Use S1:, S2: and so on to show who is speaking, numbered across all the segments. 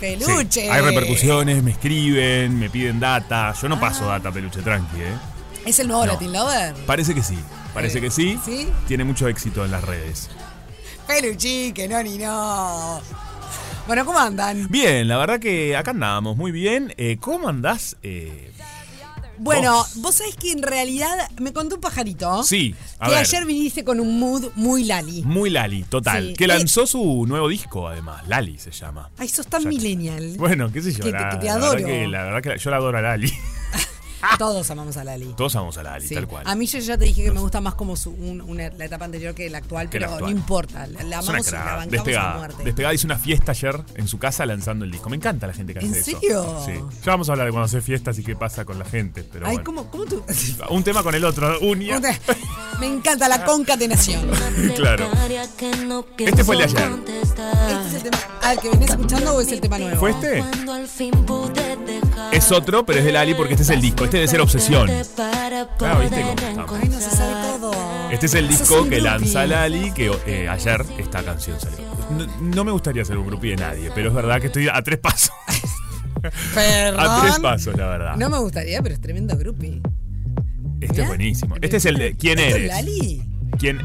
S1: peluche.
S2: hay repercusiones, me escriben, me piden data. Yo no paso
S1: Ah.
S2: data, peluche, tranqui, ¿eh?
S1: Es el nuevo
S2: No.
S1: Latin Lover.
S2: Parece que sí, parece que sí.
S1: ¿Sí?
S2: Tiene mucho éxito en las redes.
S1: Peluchín, que no ni no. Bueno, ¿cómo andan?
S2: Bien, la verdad que acá andamos muy bien. Eh, ¿Cómo andás? Eh,
S1: Bueno,
S2: Vos.
S1: vos sabés que en realidad me contó un pajarito.
S2: Sí, a
S1: que
S2: ver.
S1: ayer viniste con un mood muy lali.
S2: Muy Lali, total.
S1: Sí.
S2: Que lanzó su nuevo disco, además. Lali se llama.
S1: Ay, sos tan
S2: Ya-
S1: millennial.
S2: Bueno, qué sé yo.
S1: Que-
S2: la,
S1: que te
S2: la
S1: adoro.
S2: verdad que- la verdad que la- yo la adoro a Lali.
S1: Todos amamos a Lali.
S2: Todos amamos a Lali,
S1: Sí.
S2: tal cual.
S1: A mí yo ya te dije que me gusta más como su- un- una- la etapa anterior que la actual,
S2: Que la
S1: pero
S2: actual.
S1: no importa. La, la
S2: Es una
S1: amamos y la
S2: crack.
S1: bancamos a
S2: Despegada.
S1: muerte.
S2: Despegada hizo una fiesta ayer en su casa lanzando el disco. Me encanta la gente que
S1: ¿En
S2: hace
S1: serio?
S2: eso. Sí. Ya vamos a hablar de cuando hace fiestas y qué pasa con la gente. Pero
S1: Ay,
S2: bueno.
S1: ¿cómo, cómo tú?
S2: Un tema con el otro. Unia.
S1: ¿Cómo te- me encanta la concatenación.
S2: claro.
S3: Este fue el de ayer.
S1: ¿Este es el tema al que venés escuchando o es el tema nuevo?
S2: ¿Fue este? Es otro, pero es de Lali porque este es el disco. Este debe ser Obsesión. Ah,
S3: Claro,
S2: viste cómo estamos.
S1: Ay, no se sabe todo.
S2: Este es el
S1: Sos
S2: disco
S1: un
S2: que
S1: groupie.
S2: lanza Lali, que eh, ayer esta canción salió. No, no me gustaría ser un groupie de nadie, pero es verdad que estoy a tres pasos. A tres
S1: Perdón.
S2: pasos, la verdad.
S1: No me gustaría, pero es tremendo groupie.
S2: Este es
S1: mirá.
S2: buenísimo. Este es el de ¿Quién
S1: ¿Esto es
S2: eres?
S1: Lali?
S2: ¿Quién?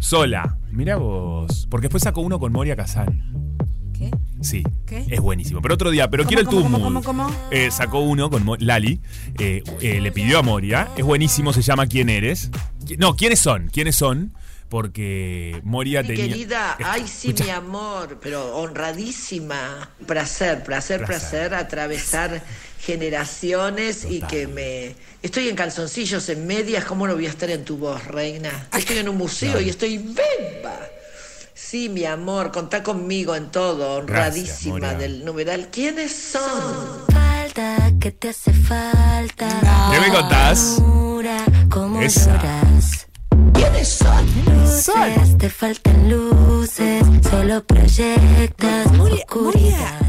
S2: Sola. Mira vos. Porque después sacó uno con Moria Kazan.
S1: ¿Qué?
S2: Sí.
S1: ¿Qué?
S2: Es buenísimo. Pero otro día, pero
S1: ¿Cómo,
S2: quiero el
S1: cómo,
S2: tumo.
S1: cómo, cómo, cómo?
S2: sacó uno con Mo- Lali. eh, eh, le pidió a Moria. Es buenísimo, se llama ¿Quién eres? Qui- No, ¿quiénes son? ¿Quiénes son? Porque Moria
S4: Mi
S2: tenía.
S4: querida,
S2: Escu-
S4: ay sí,
S2: escucha.
S4: mi amor, pero honradísima. Placer, placer,
S2: Placer.
S4: placer, atravesar generaciones y
S2: Total.
S4: que me... Estoy en calzoncillos, en medias, ¿cómo no voy a estar en tu voz, reina? Estoy en un museo y estoy bemba. Sí, mi amor, contá conmigo en todo,
S2: Gracias,
S4: honradísima
S2: Moria.
S4: del numeral. ¿Quiénes son?
S3: Falta, que te hace falta.
S2: ¿Qué me contás?
S3: Mura, ¿Cómo
S2: Esa.
S3: lloras? ¿Quiénes son? Luces, te faltan luces, solo proyectas
S1: Moria-
S3: oscuridad.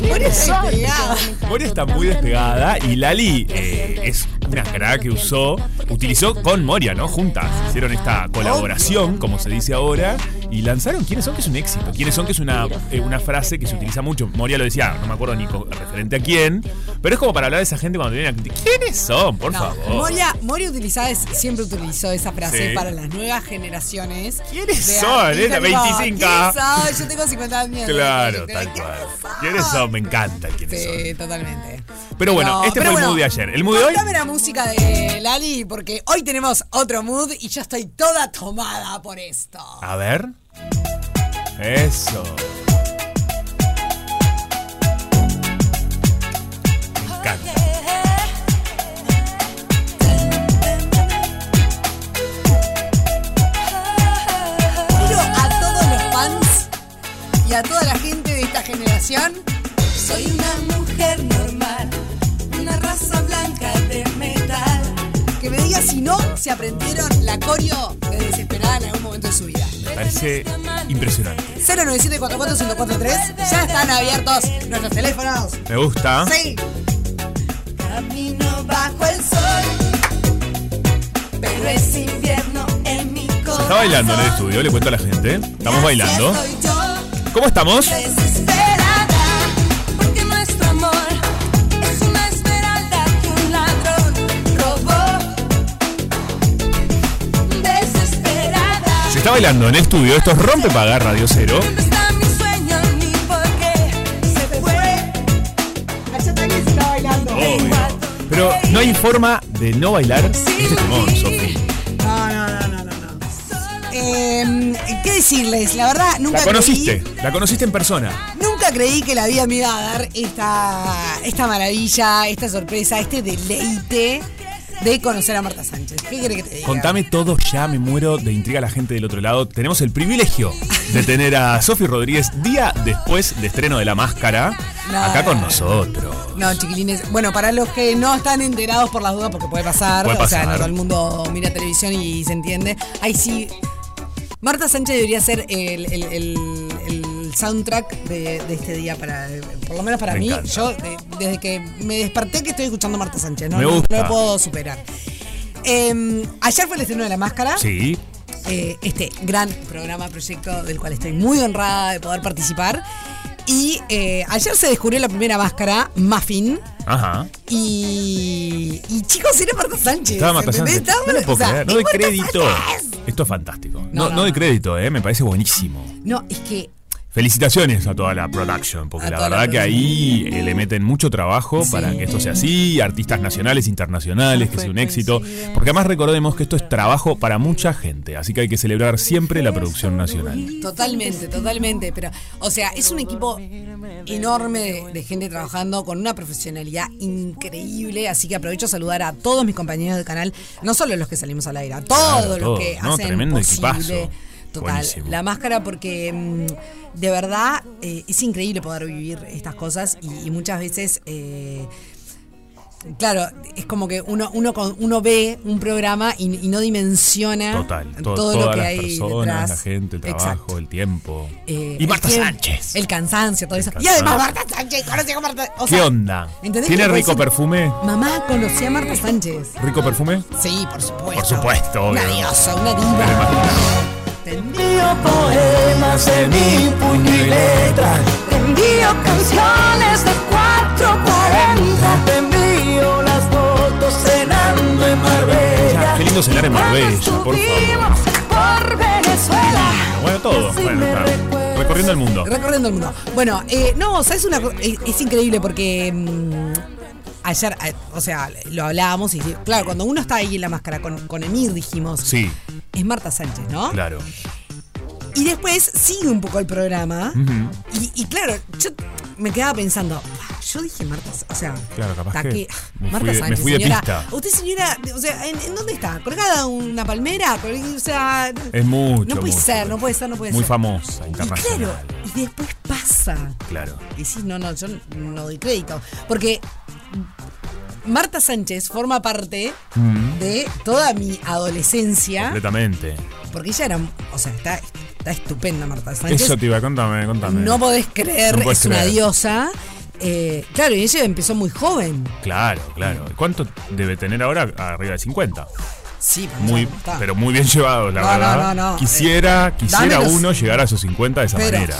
S1: Moria está despegada.
S2: Moria está muy despegada y Lali eh, es una crack que usó, utilizó con Moria, ¿no? Juntas. Hicieron esta colaboración, como se dice ahora, y lanzaron ¿Quiénes son? que es un éxito. ¿Quiénes son? que es una, eh, una frase que se utiliza mucho. Moria lo decía, no me acuerdo ni co- referente a quién, pero es como para hablar de esa gente cuando vienen a... ¿Quiénes son? Por
S1: No,
S2: favor.
S1: Moria, Moria utilizaba es- siempre utilizó esa frase
S2: Sí.
S1: para las nuevas generaciones.
S2: ¿Quiénes
S1: de
S2: son?
S1: artistas,
S2: Es la
S1: tipo,
S2: 25.
S1: ¿Quiénes son? Yo tengo 50 años.
S2: Claro,
S1: ¿Quiénes
S2: tal cual.
S1: son?
S2: ¿Quiénes son? Me encanta quiénes son.
S1: Sí, totalmente.
S2: Pero bueno, este fue el mood de ayer. ¿El mood de hoy?
S1: Contame la música de Lali, porque hoy tenemos otro mood y yo estoy toda tomada por esto.
S2: A ver. Eso. Me encanta.
S1: Quiero a todos los fans y a toda la gente de esta generación.
S5: Soy una mujer normal, una raza blanca
S1: se aprendieron la coreo de desesperada en algún momento de su vida.
S2: Me parece impresionante.
S1: 097-44143, ya están abiertos nuestros teléfonos.
S2: Me gusta.
S1: Sí.
S5: Camino bajo el sol, pero es invierno en mi corazón.
S2: Está bailando en el estudio, le cuento a la gente. Estamos bailando.
S5: Así estoy yo,
S2: ¿Cómo estamos?
S5: desesperada, porque nuestro amor es una esmeralda que un ladrón robó. Desesperada,
S2: Se está bailando en el estudio. Esto es Rompe Pagar Radio Cero.
S5: ¿dónde está mi sueño ni por qué se fue?
S1: Allá también se está bailando.
S2: Obvio. Pero no hay forma de no bailar este temón, Sofi.
S1: No, no, no, no, no. no. Em, ¿Qué decirles? La verdad, nunca
S2: La
S1: creí-
S2: conociste, la conociste en persona.
S1: Nunca creí que la vida me iba a dar esta, esta maravilla, esta sorpresa, este deleite de conocer a Marta Sánchez. ¿Qué quiere que te diga?
S2: Contame todo ya, me muero de intriga la gente del otro lado. Tenemos el privilegio de tener a Sofi Rodríguez día después de estreno de La Máscara
S1: No.
S2: acá con nosotros.
S1: No, chiquilines. Bueno, para los que no están enterados por las dudas, porque puede pasar,
S2: Puede
S1: o sea,
S2: pasar.
S1: no todo el mundo mira televisión y se entiende. Ahí sí. Marta Sánchez debería ser el, el- el- el soundtrack de, de este día, para, por lo menos para
S2: Me
S1: mí.
S2: encanta.
S1: Yo, de- desde que me desperté, que estoy escuchando a Marta Sánchez. No,
S2: Me
S1: No- no
S2: gusta.
S1: lo puedo superar. Eh, ayer fue el estreno de La Máscara.
S2: Sí,
S1: eh, este gran programa, proyecto del cual estoy muy honrada de poder participar. Y eh, ayer se descubrió la primera máscara, Muffin.
S2: ajá.
S1: Eh, Y, y chicos, era Marta Sánchez.
S2: Estaba Marta
S1: ¿entendés?
S2: Sánchez.
S1: Estaba-
S2: No le puedo
S1: o sea,
S2: creer, no
S1: es
S2: doy
S1: Marta
S2: crédito.
S1: Sánchez.
S2: Esto es fantástico.
S1: No,
S2: No,
S1: no,
S2: no doy
S1: no.
S2: crédito, eh, me parece buenísimo.
S1: No, es que
S2: Felicitaciones a toda la production, porque
S1: A
S2: la
S1: toda la
S2: verdad que ahí eh, le meten mucho trabajo para
S1: Sí.
S2: que esto sea así, artistas nacionales, internacionales, que
S1: Fue
S2: sea un éxito, porque además recordemos que esto es trabajo para mucha gente, así que hay que celebrar siempre la producción nacional.
S1: Totalmente, totalmente. Pero, o sea, es un equipo enorme de, de gente trabajando con una profesionalidad increíble. Así que aprovecho a saludar a todos mis compañeros del canal, no solo los que salimos al aire, a todos
S2: Claro,
S1: los
S2: todos,
S1: que
S2: ¿no?
S1: hacen
S2: Tremendo
S1: posible.
S2: equipazo.
S1: Total,
S2: Buenísimo.
S1: la máscara porque mm, de verdad eh, es increíble poder vivir estas cosas y, y muchas veces eh, Claro, es como que uno, uno, con- uno ve un programa y, y no dimensiona
S2: Total, to-
S1: todo lo
S2: todas
S1: que
S2: las
S1: hay
S2: personas,
S1: detrás.
S2: la gente, el trabajo,
S1: Exacto.
S2: el tiempo.
S1: Eh,
S2: y Marta
S1: el tiempo,
S2: Sánchez.
S1: El cansancio, todo eso.
S2: El
S1: Y además
S2: cansancio.
S1: Marta Sánchez, conocí a Marta. o
S2: ¿Qué
S1: sea,
S2: onda?
S1: ¿entendés
S2: ¿Tiene
S1: que puede
S2: rico
S1: ser-
S2: perfume?
S1: Mamá, conocí a Marta Sánchez.
S2: ¿Rico perfume?
S1: Sí, por supuesto.
S2: Por supuesto,
S1: Una
S2: obvio.
S1: diosa, una
S2: Me lo
S1: diva.
S2: imagino.
S1: Te envío
S2: poemas en mi puño y letra.
S5: Te envío canciones de 440. Te envío las fotos cenando en Marbella.
S2: Qué lindo cenar en Marbella, por favor.
S5: Estuvimos por Venezuela.
S2: Bueno, todo. Bueno, está. Recorriendo el mundo.
S1: Recorriendo el mundo. Bueno, eh, no, ¿sabes una co- eh, Es increíble porque. mm, Ayer, eh, o sea, lo hablábamos y claro, cuando uno está ahí en la máscara con, con Emir dijimos,
S2: Sí,
S1: es Marta Sánchez, ¿no?
S2: claro.
S1: Y después sigue un poco el programa.
S2: Ujú.
S1: y, y claro, yo me quedaba pensando, "Ah, yo dije Marta, Sa- o sea,
S2: Claro, capaz
S1: está
S2: que me
S1: Marta
S2: fui de- me
S1: Sánchez,
S2: fui de
S1: señora,
S2: pista.
S1: usted señora, o sea, ¿en, en dónde está? ¿Colgada a una palmera? Col- O sea,
S2: Es mucho.
S1: no puede
S2: mucho.
S1: ser, no puede ser, no puede
S2: Muy
S1: ser.
S2: famosa,
S1: y claro, ¿Ah?
S2: internacional.
S1: y después pasa.
S2: Claro.
S1: Y sí, no, no, yo no doy crédito. Porque Marta Sánchez forma parte
S2: Mm.
S1: de toda mi adolescencia.
S2: Completamente.
S1: Porque ella era, o sea, está, está estupenda Marta Sánchez.
S2: Eso te iba, contame, contame.
S1: Pues no podés creer,
S2: No podés
S1: es una
S2: creer.
S1: diosa. Eh, claro, y ella empezó muy joven.
S2: Claro, claro. ¿Cuánto debe tener ahora? Arriba de 50.
S1: Sí, pero
S2: Muy,
S1: ya está.
S2: pero muy bien llevado, la
S1: No,
S2: verdad.
S1: no, no, no.
S2: Quisiera, quisiera
S1: dámelos.
S2: uno llegar a esos 50 de esa
S1: Pero,
S2: manera.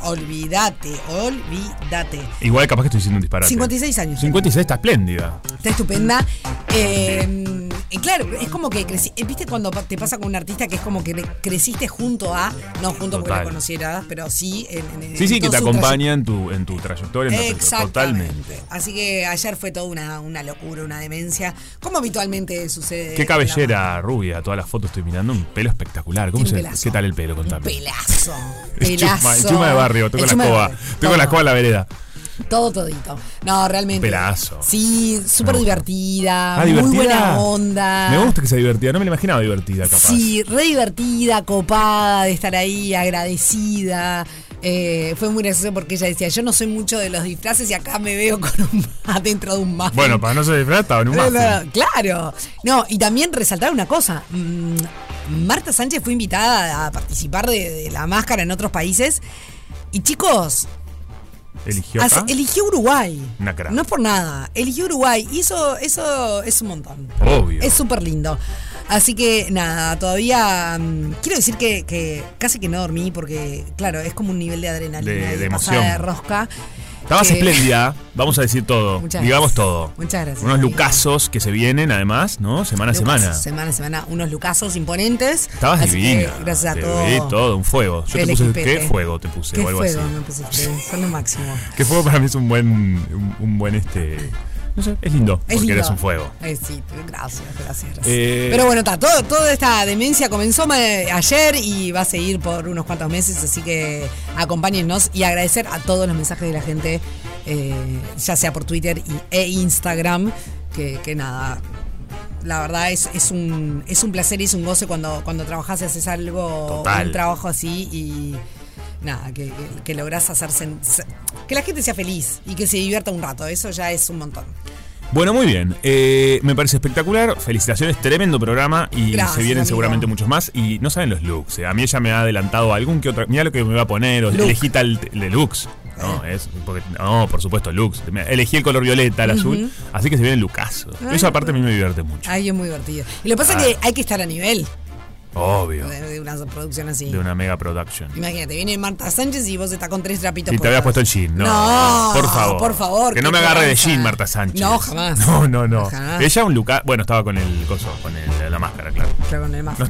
S1: Olvídate, olvídate.
S2: Igual capaz que estoy diciendo un disparate.
S1: 56 años.
S2: 56 está espléndida.
S1: Está estupenda. Eh, y claro, es como que crecí. eh, ¿Viste cuando pa- te pasa con un artista que es como que le- creciste junto a. No junto porque
S2: Total.
S1: la conocieras, pero sí. En, en- en
S2: Sí, sí, que te
S1: todo su
S2: acompaña en tu, en tu trayectoria. en tu-
S1: Exactamente.
S2: Totalmente.
S1: Así que ayer fue toda una, una locura, una demencia, como habitualmente sucede.
S2: Qué
S1: en
S2: cabellera rubia, todas las fotos estoy mirando, un pelo espectacular. ¿Cómo
S1: Tiene un
S2: se,
S1: pelazo.
S2: ¿Qué tal el pelo?
S1: la- Un
S2: Contame.
S1: pelazo.
S2: El chuma-
S1: Pelazo.
S2: el chuma de barrio, estoy
S1: El
S2: con la
S1: chuma de
S2: escoba.
S1: barrio.
S2: Estoy con la
S1: Todo,
S2: escoba en la vereda.
S1: Todo todito. No, realmente.
S2: Pelazo.
S1: Sí, súper
S2: Me gusta.
S1: divertida,
S2: Ah,
S1: muy
S2: divertida.
S1: buena onda.
S2: Me gusta que sea divertida, no me la imaginaba divertida, capaz.
S1: Sí, re divertida, copada de estar ahí, agradecida. eh, fue muy gracioso porque ella decía, yo no soy mucho de los disfraces y acá me veo con un, adentro de un muffin.
S2: Bueno, para no ser disfrazado en un
S1: No, no,
S2: muffin.
S1: no, claro. No, y también resaltar una cosa. Mm, Marta Sánchez fue invitada a participar de, de la máscara en otros países. Y chicos,
S2: Eligió
S1: hace-
S2: acá.
S1: eligió Uruguay.
S2: Una crack.
S1: No es por nada. Eligió Uruguay. Y eso, eso es un montón.
S2: Obvio.
S1: Es súper lindo. Así que nada, todavía mm, quiero decir que, que casi que no dormí porque, claro, es como un nivel de adrenalina
S2: De-
S1: y
S2: de
S1: pasada
S2: emoción.
S1: de rosca.
S2: Estabas
S1: que-
S2: espléndida, vamos a decir todo.
S1: Muchas
S2: digamos
S1: gracias.
S2: todo.
S1: Muchas gracias,
S2: Unos
S1: amiga.
S2: lucazos que se vienen, además, ¿no? Semana a
S1: Lucas,
S2: semana.
S1: Semana a semana, unos lucazos imponentes.
S2: Estabas
S1: Así que
S2: divina.
S1: gracias a
S2: Te
S1: todos.
S2: vi todo, un fuego. Yo
S1: El
S2: te puse,
S1: equipete.
S2: ¿qué fuego te puse?
S1: Qué
S2: o algo
S1: fuego
S2: así.
S1: me pusiste, son lo máximo.
S2: Que fuego para mí es un buen, un, un buen este. No sé, es lindo. porque
S1: Es lindo.
S2: eres un fuego.
S1: Eh, sí, gracias, gracias, gracias.
S2: Eh,
S1: Pero bueno, está, todo, toda esta demencia comenzó eh, ayer y va a seguir por unos cuantos meses, así que acompáñennos y agradecer a todos los mensajes de la gente, eh, ya sea por Twitter y, e Instagram, que, que nada. La verdad es, es, un, es un placer y es un goce cuando, cuando trabajas y haces algo,
S2: Total.
S1: un trabajo así y nada, que, que, que lográs hacer sen- se- que la gente sea feliz y que se divierta un rato, eso ya es un montón.
S2: Bueno, muy bien. Eh, me parece espectacular. Felicitaciones, tremendo programa. Y
S1: Gracias,
S2: se vienen
S1: amigo.
S2: seguramente muchos más. Y no saben los looks. eh. A mí ella me ha adelantado algún que otro. Mira lo que me va a poner. O
S1: Look. Eh.
S2: elegí tal de looks. No, es porque- no, por supuesto, looks. Me- Elegí el color violeta, el azul. Así que se vienen lucazos. Eso aparte a mí me divierte mucho.
S1: Ay, es muy divertido. Y lo que pasa
S2: Ah.
S1: es que hay que estar a nivel
S2: Obvio.
S1: de, de una producción así.
S2: De una mega production.
S1: Imagínate, viene Marta Sánchez y vos estás con tres trapitos.
S2: Y
S1: por
S2: te habías
S1: atrás.
S2: puesto el jean. No,
S1: No,
S2: por favor.
S1: por favor,
S2: Que no
S1: qué
S2: me agarre de
S1: vergüenza.
S2: jean, Marta Sánchez.
S1: No, jamás.
S2: No, no, no.
S1: Jamás.
S2: Ella un Lucas. Bueno, estaba con el coso, con el- la máscara, claro.
S1: Claro, con el mafia.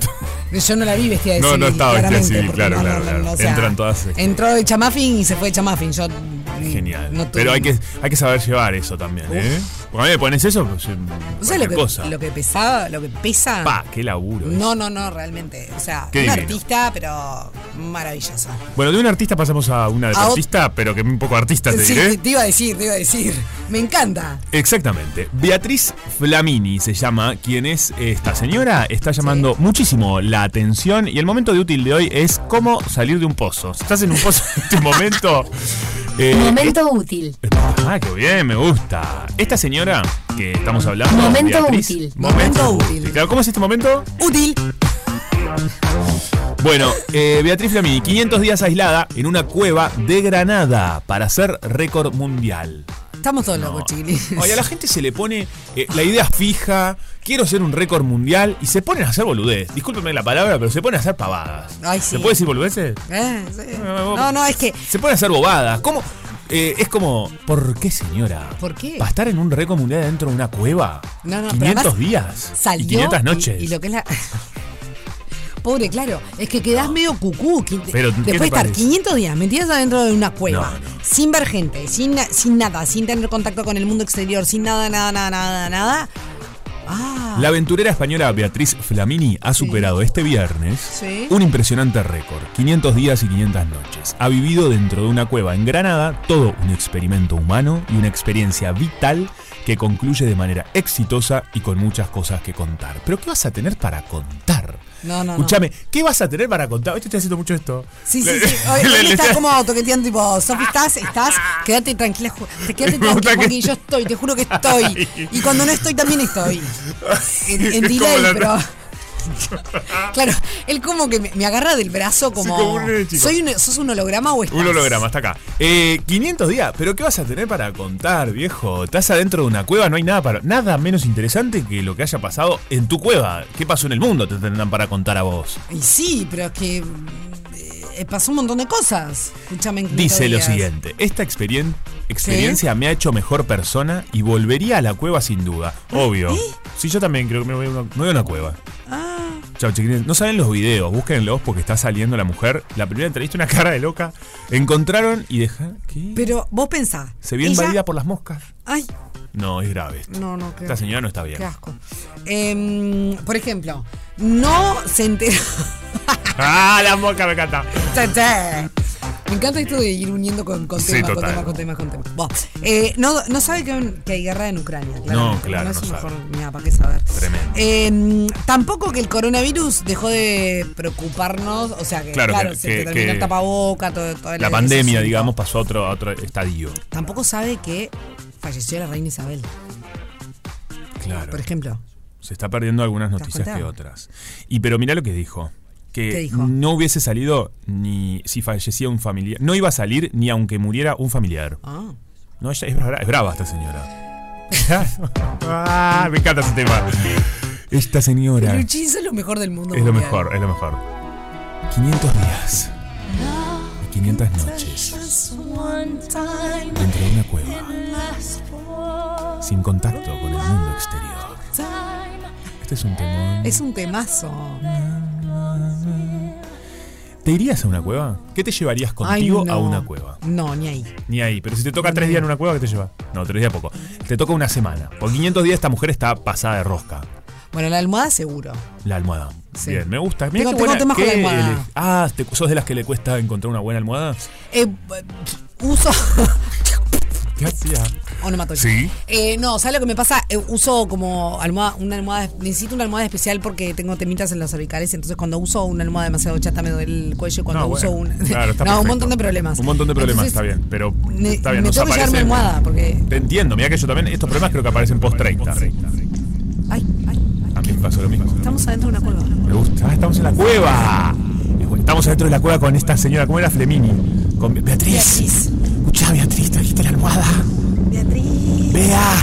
S2: No
S1: Yo no la vi vestida de
S2: No, no
S1: civil,
S2: estaba vestida de
S1: claramente,
S2: civil,
S1: porque
S2: claro, claro, claro. Entran todas, este-
S1: Entró de chamafin y se fue de chamafin. Yo. mm,
S2: Genial.
S1: no tuve-
S2: Pero hay que, hay que saber llevar eso también, ¿eh? Porque a mí me pones eso, pues, eh,
S1: ¿No sabes lo
S2: cualquier
S1: que,
S2: cosa.
S1: lo que pesaba? Lo que pesa.
S2: Pa, qué laburo. es.
S1: No, no, no, realmente. O sea,
S2: Qué
S1: una
S2: divino.
S1: artista, pero maravillosa.
S2: Bueno, de un artista pasamos a una
S1: ot-
S2: deportista, pero que un poco artista te
S1: Sí,
S2: diré.
S1: te iba a decir, te iba a decir. Me encanta.
S2: Exactamente. Beatriz Flamini se llama, quien es esta señora, está llamando muchísimo la atención y el momento de útil de hoy es cómo salir de un pozo. Si estás en un pozo en este momento... eh,
S6: Momento útil.
S2: eh, Ah, qué bien, me gusta. Esta señora que estamos hablando...
S6: Momento
S2: Beatriz,
S6: útil.
S2: Momento
S1: Momento
S2: útil.
S1: útil.
S2: Claro, ¿cómo es este momento?
S1: Útil.
S2: Bueno, eh, Beatriz Flamini, 500 días aislada en una cueva de Granada para hacer récord mundial.
S1: Estamos todos
S2: No.
S1: locos, chiquilines.
S2: Oye, a la gente se le pone eh, la idea fija, quiero ser un récord mundial, y se ponen a hacer boludez. Discúlpeme la palabra, pero se ponen a hacer pavadas.
S1: Ay, sí.
S2: ¿Se puede decir boludeces?
S1: Eh, sí. No, no, es que.
S2: Se ponen a hacer bobadas. ¿Cómo? Eh, es como, ¿por qué, señora?
S1: ¿Por qué?
S2: ¿Para estar en un récord mundial dentro de una cueva?
S1: No, no, pero
S2: 500
S1: además
S2: días.
S1: Salió.
S2: y 500 noches.
S1: Y, y lo que es la. Pobre, claro. Es que quedás medio cucú. que-
S2: Pero, ¿qué
S1: después
S2: te
S1: de estar
S2: parece?
S1: 500 días metidas adentro de una cueva,
S2: No, no.
S1: sin ver gente, sin, na- sin nada, sin tener contacto con el mundo exterior, sin nada, nada, nada, nada, nada. Ah.
S2: La aventurera española Beatriz Flamini ha superado este viernes
S1: Sí.
S2: un impresionante récord, 500 días y 500 noches. Ha vivido dentro de una cueva en Granada todo un experimento humano y una experiencia vital que concluye de manera exitosa y con muchas cosas que contar. Pero ¿qué vas a tener para contar?
S1: No, no, no.
S2: Escúchame, ¿qué vas a tener para contar? Hoy te estoy haciendo mucho esto.
S1: Sí, sí,
S2: Le-
S1: sí. Hoy, hoy
S2: le- Ah.
S1: está como toqueteando, tipo, Sofi, estás, estás, quédate tranquila, Ju- te quédate
S2: Me gusta
S1: tranquila,
S2: que-
S1: Joaquín, yo estoy, te juro que estoy. Y cuando no estoy, también estoy. En, en
S2: Es como
S1: delay,
S2: la-
S1: pero... Claro, él como que me, me agarra del brazo como...
S2: como un nene chico.
S1: ¿soy un, ¿Sos un holograma o estás?
S2: Un holograma, hasta acá. Eh, 500 días, pero ¿qué vas a tener para contar, viejo? Estás adentro de una cueva, no hay nada para nada menos interesante que lo que haya pasado en tu cueva. ¿Qué pasó en el mundo te tendrán para contar a vos?
S1: Y sí, pero es que eh, pasó un montón de cosas. Escúchame. en
S2: Dice lo
S1: 500 días.
S2: siguiente, esta experien- experiencia me ha hecho mejor persona y volvería a la cueva sin duda, obvio. Sí, yo también creo que me voy a una, me voy a una cueva. Chao, chiquilines. No saben los videos, búsquenlos porque está saliendo la mujer. La primera entrevista, una cara de loca. Encontraron y dejaron... ¿Qué?
S1: Pero vos pensás.
S2: Se vio
S1: ella-
S2: invadida por las moscas.
S1: Ay,
S2: No, es grave esto.
S1: No, no, qué-
S2: Esta señora no está bien.
S1: Qué asco. Em, por ejemplo, no se enteró.
S2: ¡Ah, la mosca me encanta!
S1: Cha, cha. Me encanta esto de ir uniendo con, con
S2: Sí,
S1: temas, con
S2: total.
S1: temas, con temas, con temas. Buah. Eh, no, no sabe que, que hay guerra en Ucrania. claramente,
S2: claro,
S1: No, es
S2: no
S1: un
S2: sabe.
S1: mejor, mira, para qué saber.
S2: Tremendo.
S1: Eh, tampoco que el coronavirus dejó de preocuparnos, o sea que, claro,
S2: Claro, que-
S1: se
S2: que-
S1: te terminó
S2: que-
S1: el tapaboca, todo, todo el-
S2: La
S1: ese
S2: pandemia,
S1: asunto.
S2: digamos, pasó a otro, a otro estadio.
S1: Tampoco sabe que falleció la reina Isabel,
S2: Claro.
S1: por ejemplo.
S2: Se está perdiendo algunas
S1: das
S2: noticias
S1: cuenta?
S2: que otras. Y pero mirá lo que dijo. Que
S1: ¿Qué dijo?
S2: no hubiese salido ni si fallecía un familiar. No iba a salir ni aunque muriera un familiar.
S1: Ah.
S2: No, ella es, bra- es brava esta señora. Ah, me encanta ese tema. Esta señora es
S1: Luchín es lo mejor del mundo.
S2: lo
S1: mundial.
S2: mejor, es lo mejor. 500 días y 500 noches
S1: Just one time,
S2: dentro de una cueva
S1: last one
S2: sin contacto con el mundo exterior.
S1: time.
S2: Este es un temón.
S1: Es un temazo.
S2: ¿Te irías a una cueva? ¿Qué te llevarías contigo
S1: Ay, no.
S2: a una cueva?
S1: No, ni ahí.
S2: Ni ahí. Pero si te toca tres días en una cueva, ¿qué te lleva? No, tres días poco. Te toca una semana. Por 500 días esta mujer está pasada de rosca.
S1: Bueno, la almohada seguro.
S2: La almohada.
S1: Sí.
S2: Bien, me gusta. Mirá
S1: Tengo-
S2: qué
S1: tengo
S2: buena-
S1: temas con la
S2: qué
S1: almohada.
S2: ele- Ah, ¿te- ¿sos de las que le cuesta encontrar una buena almohada?
S1: Eh, uso.
S2: ¿Qué hacía?
S1: o no mato yo.
S2: Sí.
S1: Eh, no, ¿sabes lo que me pasa? Eh, uso como almohada, una almohada. Necesito una almohada especial porque tengo temitas en los cervicales. Entonces, cuando uso una almohada demasiado chata, me duele el cuello. Cuando
S2: No,
S1: uso
S2: bueno.
S1: una.
S2: Claro, está
S1: no, un
S2: perfecto.
S1: montón de problemas.
S2: Un montón de problemas,
S1: Entonces,
S2: está bien. Pero
S1: ne-
S2: está bien,
S1: me
S2: nos
S1: tengo que llevar mi
S2: aparecen-
S1: almohada porque.
S2: Te entiendo, mira que yo también. Estos problemas creo que aparecen post 30.
S1: Ay, ay,
S2: A mí me pasó lo mismo.
S1: estamos adentro de una cueva.
S2: Me gusta. Ah, estamos en la cueva. Estamos adentro de la cueva con esta señora. ¿Cómo era Flemini? Con Be- Beatriz.
S1: Beatriz.
S2: Escuchá, Beatriz, trajiste la almohada.
S1: Beatriz.
S2: Vea.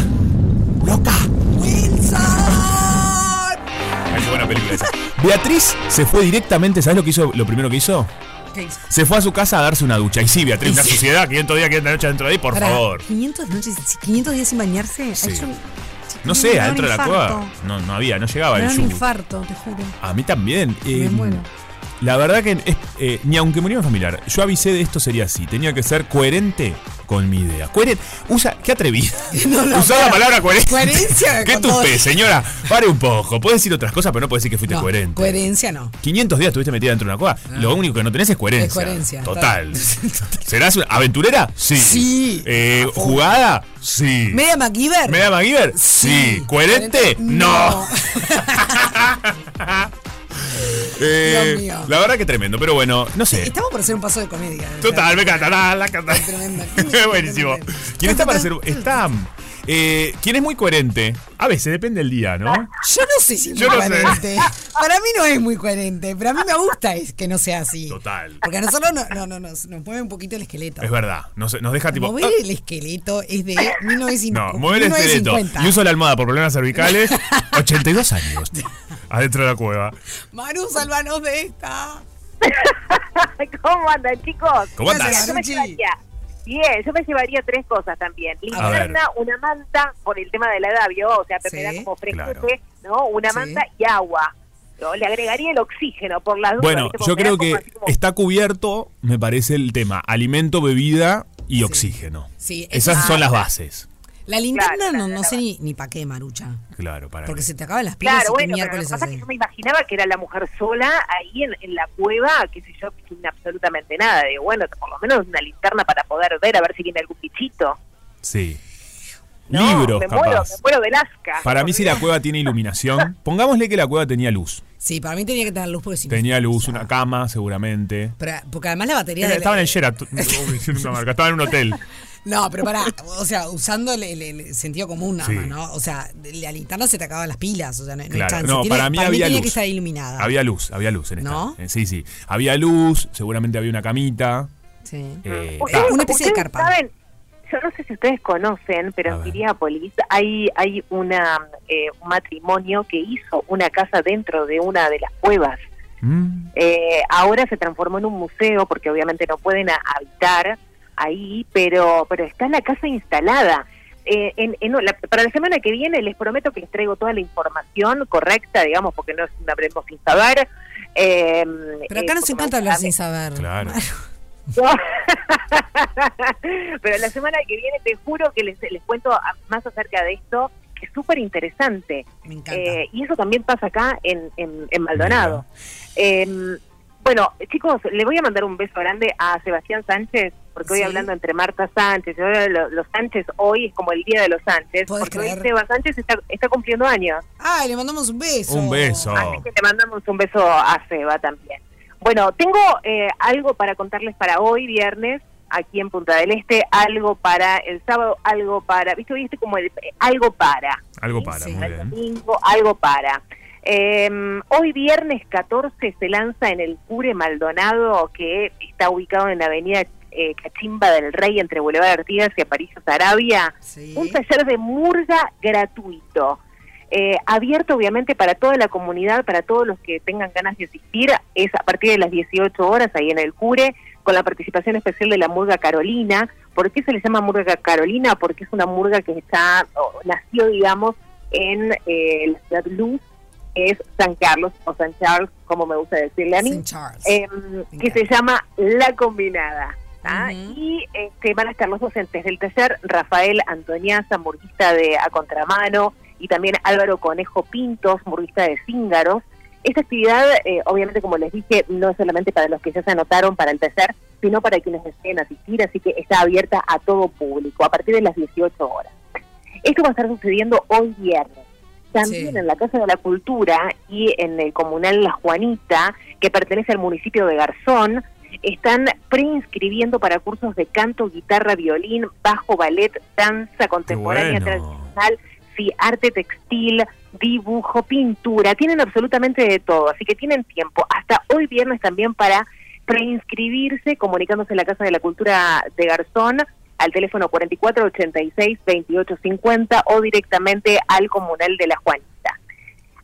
S2: Loca.
S1: ¡Wilson!
S2: Ay, qué buena película esa. Beatriz se fue directamente. ¿Sabes lo que hizo? Lo primero que hizo.
S1: ¿Qué hizo?
S2: Se fue a su casa a darse una ducha. Y sí, Beatriz, una suciedad. 500 días, 500 noches dentro de ahí, por
S1: Pará,
S2: favor.
S1: 500 noches, 500 días sin bañarse. Ay,
S2: Sí.
S1: yo-
S2: No
S1: me
S2: sé,
S1: da un
S2: adentro de la
S1: infarto.
S2: cueva. No, no había, no llegaba
S1: Me da
S2: el
S1: un
S2: yugo.
S1: infarto, te juro.
S2: A mí también.
S1: Me
S2: eh,
S1: muero.
S2: La verdad que es- eh, ni aunque muriera un familiar, yo avisé de esto sería así. Tenía que ser coherente con mi idea. Coherente. Usa, qué atrevida.
S1: No, no,
S2: Usar
S1: para.
S2: la palabra coherente.
S1: Coherencia
S2: qué
S1: con todo.
S2: tupé, señora. Pare un poco. Puedes decir otras cosas, pero no puedes decir que fuiste
S1: No,
S2: coherente.
S1: Coherencia no.
S2: 500 días estuviste metida dentro de una cueva. Lo único que no tenés es coherencia.
S1: Es coherencia,
S2: Total. ¿Serás una aventurera? Sí.
S1: Sí.
S2: Eh,
S1: A full.
S2: ¿Jugada? Sí.
S1: ¿Media MacGyver? Mm.
S2: ¿Media MacGyver? Sí. ¿Coherente? no. Eh,
S1: Dios mío.
S2: La verdad que tremendo, pero bueno, no sé.
S1: Estamos por hacer un paso de comedia.
S2: Total, me encanta. La, la canta.
S1: Tremendo.
S2: Buenísimo. ¿Quién está para ser? Está. eh, ¿Quién es muy coherente? A veces depende del día, ¿no?
S1: Yo no sé si es
S2: Yo
S1: muy
S2: no sé.
S1: coherente. Para mí no es muy coherente, pero a mí me gusta es que no sea así.
S2: Total.
S1: Porque a nosotros no, no, no, nos, nos mueve un poquito el esqueleto.
S2: Es verdad. Nos, nos deja Ah, tipo.
S1: Mover el esqueleto es de 1950.
S2: No, mover el esqueleto. Y uso la almohada por problemas cervicales. 82 años. Adentro de la cueva.
S1: Manu, salvanos de esta.
S7: ¿Cómo andan, chicos?
S2: ¿Cómo andás?
S1: Gracias,
S7: Yo me
S1: Luchi.
S7: llevaría. Bien, yo me llevaría tres cosas también.
S2: ver.
S7: Linterna, una manta, por el tema de la edad, ¿vio? O sea, Pepe
S1: Sí,
S7: da como frescute,
S2: claro.
S7: ¿no? Una
S1: Sí.
S7: manta y agua. Yo le agregaría el oxígeno, por las dudas.
S2: Bueno,
S7: ¿viste? Porque me da
S2: yo creo
S7: como
S2: que
S7: así como-
S2: está cubierto, me parece, el tema alimento, bebida y oxígeno.
S1: Sí, eso
S2: Esas
S1: sí.
S2: son las bases.
S1: La linterna
S7: Claro,
S1: no,
S7: claro,
S1: no sé
S7: claro.
S1: ni, ni para qué, Marucha.
S2: Claro, para
S1: Porque
S2: mí.
S1: se te acaban las pilas
S7: Claro,
S1: y qué
S7: bueno, pero lo que
S1: miércoles
S7: pasa es que
S1: haces.
S7: yo me imaginaba que era la mujer sola ahí en, en la cueva, que sé yo, sin absolutamente nada. Digo, bueno, por lo menos una linterna para poder ver, a ver si viene algún bichito.
S2: Sí.
S7: No,
S2: Libros,
S7: me muero,
S2: capaz.
S7: me muero del asca.
S2: Para mí, si la cueva tiene iluminación, pongámosle que la cueva tenía luz.
S1: Sí, para mí tenía que tener luz porque si no-
S2: Tenía luz, una cama, seguramente. Eh,
S1: Pero- porque además la batería. de la-
S2: Estaba en el Sheraton, una marca, estaba en un hotel.
S1: No, pero pará, o sea, usando el, el- el sentido común nada
S2: Sí.
S1: más, ¿no? O sea, de- la linterna se te acaban las pilas, o sea, no, no hay
S2: Claro,
S1: chance.
S2: no,
S1: Tiene-
S2: para mí había
S1: tenía
S2: luz.
S1: que estar iluminada.
S2: Había luz, había luz en esta.
S1: ¿No?
S2: Eh, Sí, sí. Había luz, seguramente había una camita.
S1: Sí.
S2: eh,
S7: Ustedes-
S2: ta-
S1: una especie de
S7: ustedes
S1: carpa.
S7: Saben, yo no sé si ustedes conocen,
S2: A
S7: pero en
S2: ver.
S7: Piriápolis hay, hay una, eh, un matrimonio que hizo una casa dentro de una de las cuevas.
S2: Mm,
S7: Eh, ahora se transformó en un museo porque obviamente no pueden a- habitar ahí, pero, pero está la casa instalada. Eh, en- en la- para la semana que viene les prometo que les traigo toda la información correcta, digamos, porque no sabremos sin saber. Eh,
S1: Pero
S7: eh,
S1: acá nos
S7: porque me-
S1: encanta hablar
S7: a mí-
S1: sin saber.
S2: claro.
S7: no. Pero la semana que viene te juro que les, les cuento a- más acerca de esto, que es súper interesante.
S1: Me encanta.
S7: Eh, y eso también pasa acá en, en, en Maldonado. Eh, Bueno, chicos, le voy a mandar un beso grande a Sebastián Sánchez, porque hoy
S1: Sí.
S7: hablando entre Marta Sánchez, y ahora lo- los Sánchez, hoy es como el día de los Sánchez,
S1: ¿Podés
S7: porque hoy
S1: creer?
S7: Seba Sánchez está, está cumpliendo años.
S1: Ay, le mandamos un beso.
S2: Un beso.
S7: Así que te mandamos un beso a Seba también. Bueno, tengo eh, algo para contarles para hoy, viernes, aquí en Punta del Este, algo para el sábado, algo para, viste, hoy este como el, eh, algo para,
S2: Algo para,
S1: Sí.
S2: muy bien.
S7: domingo, algo para. Eh, hoy viernes 14 se lanza en el Cure Maldonado, que está ubicado en la avenida eh, Cachimba del Rey, entre Boulevard Artigas y Aparicio Sarabia,
S1: Sí.
S7: un taller de murga gratuito, eh, abierto obviamente para toda la comunidad, para todos los que tengan ganas de asistir, es a partir de las 18 horas ahí en el Cure, con la participación especial de la murga Carolina. ¿Por qué se le llama murga Carolina? Porque es una murga que está, o nació, digamos, en eh, la ciudad Luz, que es San Carlos o San Charles, como me gusta decirle a mí
S1: St. Charles.
S7: em,
S1: Me
S7: que se llama La Combinada. ¿ah?
S1: Ujú.
S7: Y este, van a estar los docentes del taller, Rafael Antoñaza, murguista de A Contramano, y también Álvaro Conejo Pintos, murguista de Cíngaros. Esta actividad, eh, obviamente, como les dije, no es solamente para los que ya se anotaron para el taller, sino para quienes deseen asistir, así que está abierta a todo público, a partir de las 18 horas. Esto va a estar sucediendo hoy viernes. También
S1: Sí.
S7: en la Casa de la Cultura y en el Comunal La Juanita, que pertenece al municipio de Garzón, están preinscribiendo para cursos de canto, guitarra, violín, bajo, ballet, danza contemporánea,
S2: bueno.
S7: tradicional, sí, arte textil, dibujo, pintura, tienen absolutamente de todo, así que tienen tiempo hasta hoy viernes también para preinscribirse comunicándose en la Casa de la Cultura de Garzón al teléfono 44 86 28 50 o directamente al comunal de la Juanita.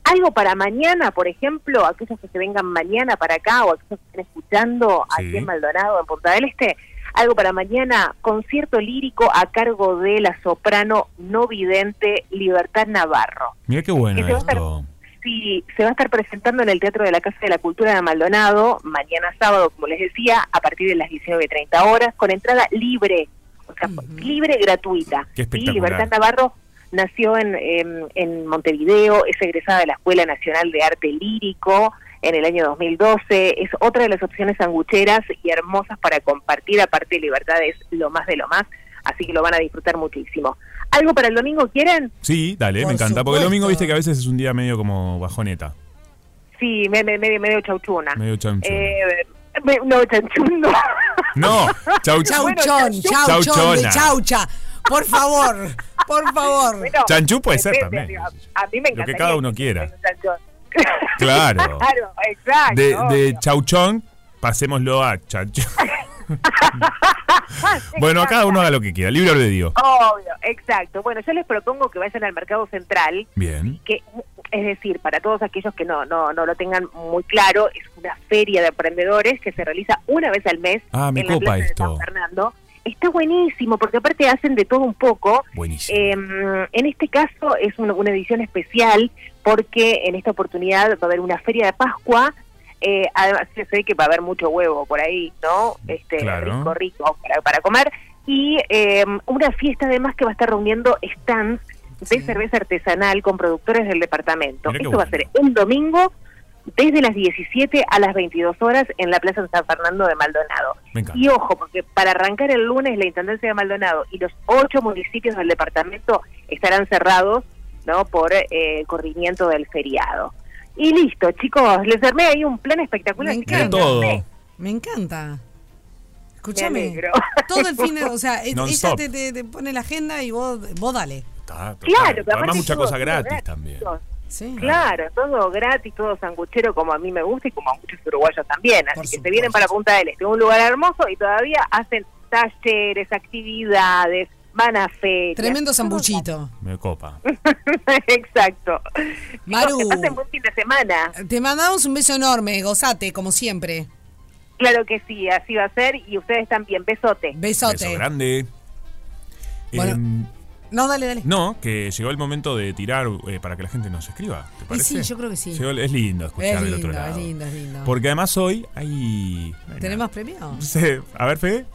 S7: Algo para mañana, por ejemplo, aquellos que se vengan mañana para acá o aquellos que estén escuchando
S2: Sí.
S7: aquí en Maldonado, en Punta del Este, algo para mañana, concierto lírico a cargo de la soprano no vidente Libertad Navarro.
S2: Mira qué bueno
S7: Que se va a estar-
S2: esto.
S7: Sí, se va a estar presentando en el Teatro de la Casa de la Cultura de Maldonado, mañana sábado, como les decía, a partir de las 19.30 horas, con entrada libre, o sea, libre, gratuita. Y
S2: Qué espectacular.
S7: Libertad Navarro nació en, em, en Montevideo, es egresada de la Escuela Nacional de Arte Lírico en el año 2012, es otra de las opciones angucheras y hermosas para compartir, aparte Libertad es lo más de lo más, así que lo van a disfrutar muchísimo. ¿Algo para el domingo quieren?
S2: Sí, dale,
S1: Por
S2: me encanta. Porque el domingo,
S1: supuesto.
S2: viste que a veces es un día medio como bajoneta.
S7: Sí, me- me- medio, medio chauchuna.
S2: Medio chanchón.
S7: Eh, me- no, chanchundo.
S2: No, chau, chau.
S1: Chauchón,
S2: chau-
S1: chauchón, de
S2: chauchona.
S1: chaucha. Por favor, por favor.
S7: Bueno,
S2: Chanchú puede ser
S7: depende,
S2: también.
S7: A, a mí me
S2: Lo
S7: encanta.
S2: que cada uno quiera. Claro.
S7: Claro. claro, exacto.
S2: De, de
S7: obvio.
S2: chauchón, pasémoslo a chanchón. bueno, a cada uno haga lo que quiera. Libre
S7: Eh,
S2: albedrío.
S7: Ah, Obvio, exacto. Bueno, yo les propongo que vayan al mercado central,
S2: Bien.
S7: que es decir, para todos aquellos que no, no, no lo tengan muy claro, es una feria de emprendedores que se realiza una vez al mes
S2: Ah, me
S7: en la
S2: copa
S7: Plaza de
S2: esto.
S7: San Fernando. Está buenísimo, porque aparte hacen de todo un poco.
S2: Buenísimo.
S7: Eh, en este caso es un- una edición especial porque en esta oportunidad va a haber una feria de Pascua. eh, además, se ve que va a haber mucho huevo por ahí, ¿no? Este,
S2: Claro.
S7: Rico, rico para, para comer. Y eh, una fiesta además que va a estar reuniendo stands de cerveza artesanal con productores del departamento.
S2: Mirá qué
S7: Esto va a
S2: bueno.
S7: ser el domingo desde las 17 a las 22 horas en la Plaza San Fernando de Maldonado.
S2: Me encanta.
S7: Y ojo, porque para arrancar el lunes la Intendencia de Maldonado y los ocho municipios del departamento estarán cerrados no por eh, el corrimiento del feriado. Y listo, chicos, les armé ahí un plan espectacular.
S1: Me
S7: así que me
S2: De todo.
S7: armé.
S1: Me encanta.
S7: Me
S1: Escúchame.
S7: alegro.
S1: Todo el fin, de- o sea, e- ella
S2: Non-stop.
S1: te, te- te pone la agenda y vos, vos dale.
S2: Está, total.
S7: Claro, que
S2: Además,
S7: aparte
S2: mucha
S7: todo-
S2: cosa
S7: todo
S2: gratis también.
S7: chicos.
S1: Sí.
S7: Claro, todo gratis, todo sanguchero como a mí me gusta y como a muchos uruguayos también. Así
S1: Por
S7: que
S1: supuesto.
S7: se vienen para Punta del Este, un lugar hermoso y todavía hacen talleres, actividades, van a ferias.
S1: Tremendo
S7: Todo
S1: zambuchito.
S2: Me copa.
S7: Exacto.
S1: Maru.
S7: Chicos, que pasen buen fin de semana.
S1: Te mandamos un beso enorme, gozate, como siempre.
S7: Claro que sí, así va a ser. Y ustedes también. Besote.
S1: Besote.
S2: Beso grande.
S1: Bueno.
S2: Em,
S1: no, dale, dale.
S2: no, que llegó el momento de tirar eh, para que la gente nos escriba. ¿Te parece?
S1: sí, yo creo que sí.
S2: Llegó el- es lindo escuchar
S1: Es
S2: del
S1: lindo,
S2: otro lado.
S1: es lindo, es lindo.
S2: Porque además hoy hay.
S1: ¿Tenemos premio?
S2: Sí, A ver, Fede.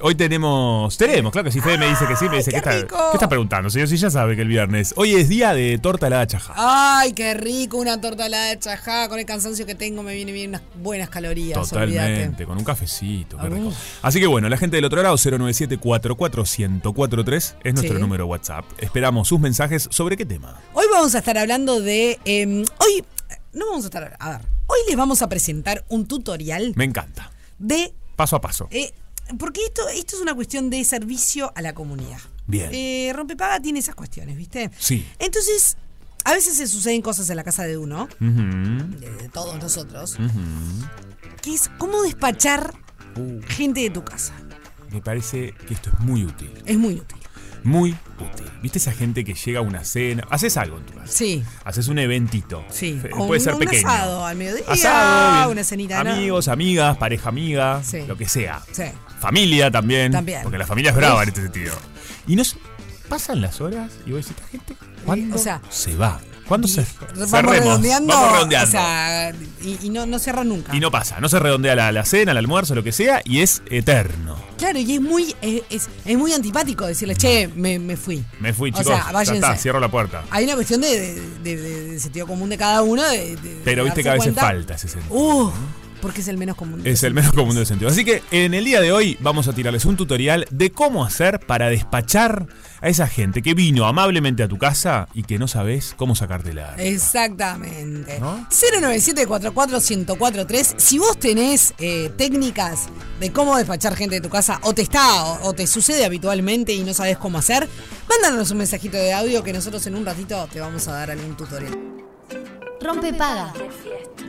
S2: Hoy tenemos. Tenemos, claro que sí. Fede me dice que sí, me dice
S1: qué
S2: que está.
S1: rico!
S2: ¿Qué está preguntando, señor? Si ya sabe que el viernes. Hoy es día de torta helada chaja.
S1: Ay, qué rico, una torta helada de chajá. Con el cansancio que tengo me vienen bien unas buenas calorías.
S2: Totalmente,
S1: olvídate.
S2: con un cafecito, qué
S1: Ah,
S2: rico.
S1: uf.
S2: Así que bueno, la gente del otro lado, 097-441-1043, es nuestro
S1: Sí.
S2: número WhatsApp. Esperamos sus mensajes sobre qué tema.
S1: Hoy vamos a estar hablando de. eh, hoy. No vamos a estar. hablando- A ver. Hoy les vamos a presentar un tutorial
S2: Me encanta.
S1: de.
S2: Paso a paso.
S1: eh, porque esto, esto es una cuestión de servicio a la comunidad.
S2: Bien.
S1: Eh, Rompepaga tiene esas cuestiones, ¿viste?
S2: Sí.
S1: Entonces, a veces se suceden cosas en la casa de uno,
S2: Ujú,
S1: de, de todos nosotros,
S2: ujú.
S1: que es cómo despachar gente de tu casa.
S2: Uh, Me parece que esto es muy útil.
S1: Es muy útil.
S2: Muy útil. ¿Viste esa gente que llega a una cena? Haces algo en tu casa.
S1: Sí.
S2: Haces un eventito.
S1: Sí,
S2: Fe-
S1: o
S2: Puede
S1: un-
S2: ser
S1: un
S2: pequeño.
S1: asado al mediodía,
S2: Asado,
S1: una cenita, ¿no?
S2: Amigos, amigas, pareja amiga,
S1: Sí.
S2: lo que sea.
S1: Sí.
S2: Familia también.
S1: También.
S2: Porque la familia es brava en este sentido. Y nos pasan las horas y vos decís, esta gente, ¿cuándo
S1: o sea,
S2: se va? ¿Cuándo se
S1: Vamos
S2: cerremos,
S1: redondeando.
S2: Vamos redondeando.
S1: O sea, y, y no, no cierra nunca.
S2: y no pasa, no se redondea la, la cena, el almuerzo, lo que sea, y es eterno.
S1: Claro, y es muy, es, es- es muy antipático decirle, che, me, me fui.
S2: Me fui, chicos.
S1: O sea,
S2: ya
S1: váyanse.
S2: está, cierro la puerta.
S1: Hay una cuestión de, de- de- de- de sentido común de cada uno. de- de-
S2: Pero
S1: de
S2: viste
S1: darse
S2: que a veces
S1: cuenta.
S2: falta ese sentido.
S1: Uh, porque es el menos común.
S2: Es el menos común del sentido. Así que en el día de hoy vamos a tirarles un tutorial de cómo hacer para despachar a esa gente que vino amablemente a tu casa y que no sabes cómo sacártela.
S1: Eh. Exactamente.
S2: ¿No?
S1: 097-44143. Si vos tenés eh, técnicas de cómo despachar gente de tu casa, o te está o, o te sucede habitualmente y no sabes cómo hacer, mándanos un mensajito de audio que nosotros en un ratito te vamos a dar algún tutorial.
S6: Rompe paga.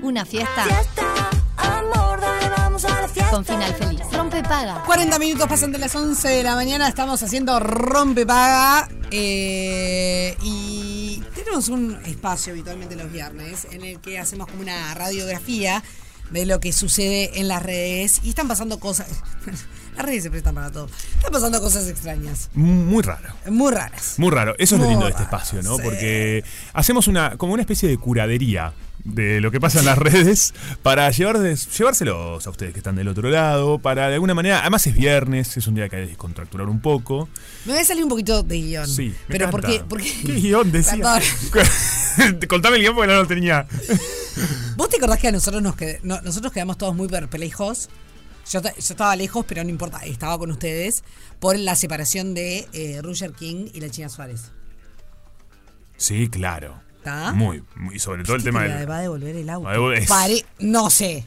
S6: Una fiesta
S3: Fiesta, amor, dale, vamos a la fiesta.
S6: con final feliz. Rompe paga.
S1: 40 minutos pasan de las 11 de la mañana, estamos haciendo rompe paga eh, y tenemos un espacio habitualmente los viernes en el que hacemos como una radiografía de lo que sucede en las redes y están pasando cosas, las redes se prestan para todo, están pasando cosas extrañas,
S2: Muy raro.
S1: muy raras.
S2: Muy raro. Eso es lo
S1: Muy
S2: lindo de este
S1: raro,
S2: espacio, ¿no?
S1: sí.
S2: Porque hacemos una como una especie de curadería de lo que pasa en las redes para llevarles- llevárselos a ustedes que están del otro lado, para de alguna manera, además es viernes, es un día que hay que descontracturar un poco.
S1: Me voy a salir un poquito de guión.
S2: Sí, me
S1: pero ¿por qué?
S2: encanta.
S1: Porque,
S2: ¿Qué guión decía?
S1: Perdón.
S2: Contame el guión porque no lo tenía.
S1: ¿Vos te acordás que a nosotros nos qued- no- nosotros quedamos todos muy perplejos? Yo, ta- yo estaba lejos, pero no importa, estaba con ustedes por la separación de eh, Roger King y la China Suárez.
S2: Sí, claro.
S1: ¿Está?
S2: Muy, muy, y sobre todo el
S1: ¿Viste
S2: tema
S1: que la
S2: del.
S1: va a devolver el
S2: Va a devolver-
S1: auto. Pare- no sé.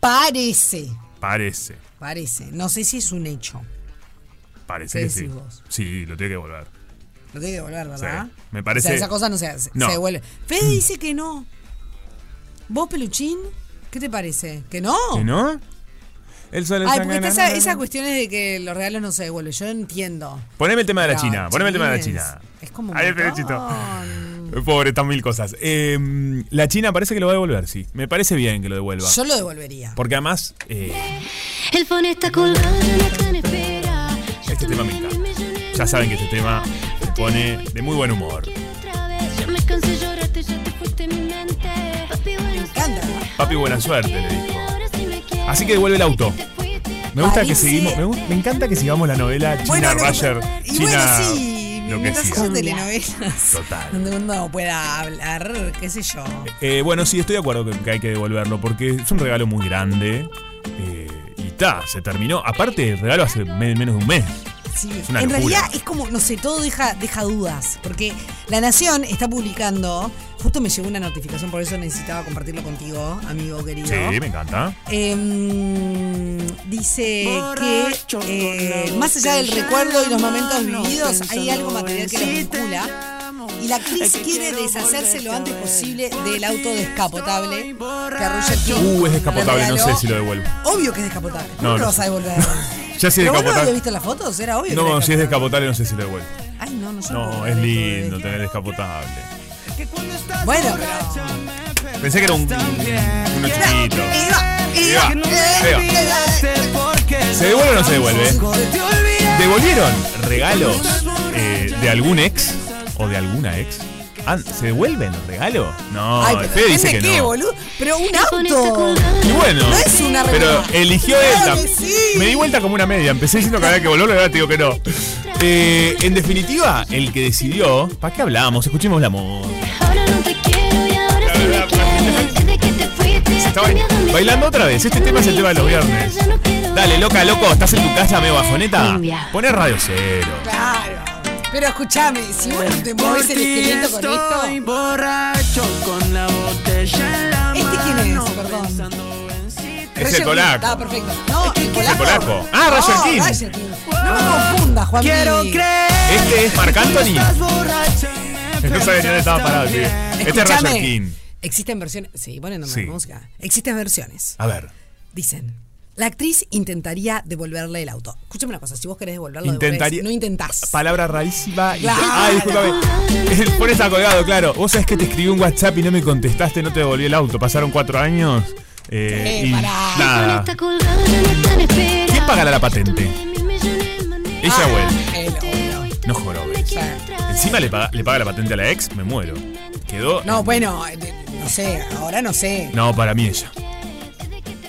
S1: Parece.
S2: Parece,
S1: Parece. No sé si es un hecho.
S2: parece
S1: ¿Qué
S2: que sí.
S1: decís vos?
S2: Sí, lo tiene que volver.
S1: Lo tiene que devolver, ¿verdad?
S2: Sí, me parece-
S1: O sea, esa cosa no se, hace,
S2: No.
S1: se devuelve. Fede dice que no. ¿Vos, peluchín? ¿Qué te parece? ¿Que no?
S2: ¿Que no? El sol
S1: Oh. Ay, porque está esa,
S2: cuestiones
S1: esa cuestión es de que los regalos no se devuelven. Yo entiendo.
S2: Poneme el tema de la
S1: No,
S2: China, poneme el tema de la
S1: chiquines,
S2: China.
S1: es como un
S2: Ahí el
S1: montón.
S2: pechito. Pobre, están mil cosas. Eh, la China parece que lo va a devolver, sí. Me parece bien que lo devuelva.
S1: Yo lo devolvería.
S2: Porque además, eh,
S3: El phone está colgado y no está en espera.
S2: este tema me encanta. Ya saben que este tema me pone de muy buen humor.
S1: Me encanta.
S2: Papi, buena suerte, le dijo. Así que devuelve el auto. Me gusta que
S1: Parece-
S2: seguimos. Me, gu- me encanta que sigamos la novela China
S1: Bueno, no,
S2: Roger.
S1: Y
S2: China.
S1: bueno, sí.
S2: lo que
S1: mientras
S2: sea.
S1: esas telenovelas.
S2: Total.
S1: Donde uno pueda hablar, qué sé yo.
S2: Eh, bueno, sí, estoy de acuerdo que, que hay que devolverlo porque es un regalo muy grande. eh, y ta, se terminó. Aparte, el regalo hace me- menos de un mes.
S1: Sí.
S2: Es una
S1: en
S2: locura.
S1: realidad es como, no sé, todo deja, deja dudas. Porque La Nación está publicando. Justo me llegó una notificación, por eso necesitaba compartirlo contigo, amigo querido.
S2: Sí, me encanta.
S1: Em, dice que eh, más allá del recuerdo y los momentos vividos, hay algo material que los vincula. Y la actriz quiere deshacerse lo antes posible del auto descapotable que a Roger King
S2: Uh, es
S1: le
S2: descapotable, no sé
S1: regaló.
S2: si lo devuelvo.
S1: Obvio que es descapotable.
S2: No,
S1: No,
S2: no.
S1: lo vas a devolver.
S2: Ya si es
S1: ¿Pero vos no habías
S2: descapotable.
S1: visto las fotos? Era obvio. que
S2: No,
S1: era
S2: si es descapotable, no sé si lo devuelvo.
S1: Ay, no, no, yo no
S2: No,
S1: puedo
S2: es
S1: creer
S2: lindo
S1: todo
S2: tener descapotable.
S1: esto. Bueno, pero.
S2: Pensé que era un. Uno chiquito.
S1: Iba,
S2: Iba,
S1: iba,
S2: iba.
S1: iba.
S2: ¿Se devuelve o no se devuelve? ¿Devolvieron regalos eh, de algún ex o de alguna ex? Ah, ¿Se devuelven el regalo? No,
S1: Ay,
S2: el
S1: pero
S2: Fede dice
S1: depende
S2: que
S1: qué,
S2: no.
S1: boludo. Pero un auto.
S2: Y bueno,
S1: No es una
S2: pero
S1: regla.
S2: eligió
S1: Claro
S2: esta.
S1: que sí.
S2: Me di vuelta como una media. Empecé diciendo que había que volverlo y ahora te digo que no. Eh, en definitiva, el que decidió. ¿Para qué hablamos? Escuchemos la música.
S3: Ahora no te quiero y ahora sí me quieres. Desde que te fuiste, has
S2: Está
S3: cambiado
S2: bail-
S3: mi
S2: bailando otra vez. Este tema es el tema de los viernes.
S3: Ya no quiero
S2: Dale, loca, loco. ¿Estás en tu casa medio bajoneta?
S3: Cumbia.
S2: Poné radio cero.
S1: Claro. Pero escúchame, si vos no te mueves el esqueleto con esto.
S8: borracho con la botella en la
S1: ¿Este quién es? Perdón.
S2: Es el
S1: Roger King. Ah,
S2: polaco.
S1: perfecto. No, el polaco.
S2: polaco. Ah, Roger
S1: No,
S2: King.
S1: King. No me confunda, Juan. Miguel.
S2: Este es Marc Anthony.
S8: borracho.
S2: No sabía ni dónde estaba parado, tío. Este es
S1: Escúchame.
S2: Roger King.
S1: Existen versiones. Sí, ponen nomás
S2: Sí.
S1: música. Existen versiones.
S2: A ver.
S1: Dicen. La actriz intentaría devolverle el auto. Escúchame una cosa, si vos querés devolverlo,
S2: Intentaría.
S1: devolvés. no intentás.
S2: Palabra rarísima.
S1: Claro.
S2: Ah, discúlpame. Pones a colgado, claro. Vos sabés que te escribí un WhatsApp y no me contestaste, no te devolví el auto. Pasaron cuatro años. eh,
S1: Sí,
S2: y
S1: pará.
S2: nada.
S3: Está colgada, no está en espera.
S2: ¿Quién pagará la patente? Ella o él.
S1: Él, Ah, obvio.
S2: No jorobes. Encima le paga, le paga la patente a la ex, me muero. Quedó.
S1: No, bueno, eh, no sé, ahora no sé.
S2: No, para mí ella.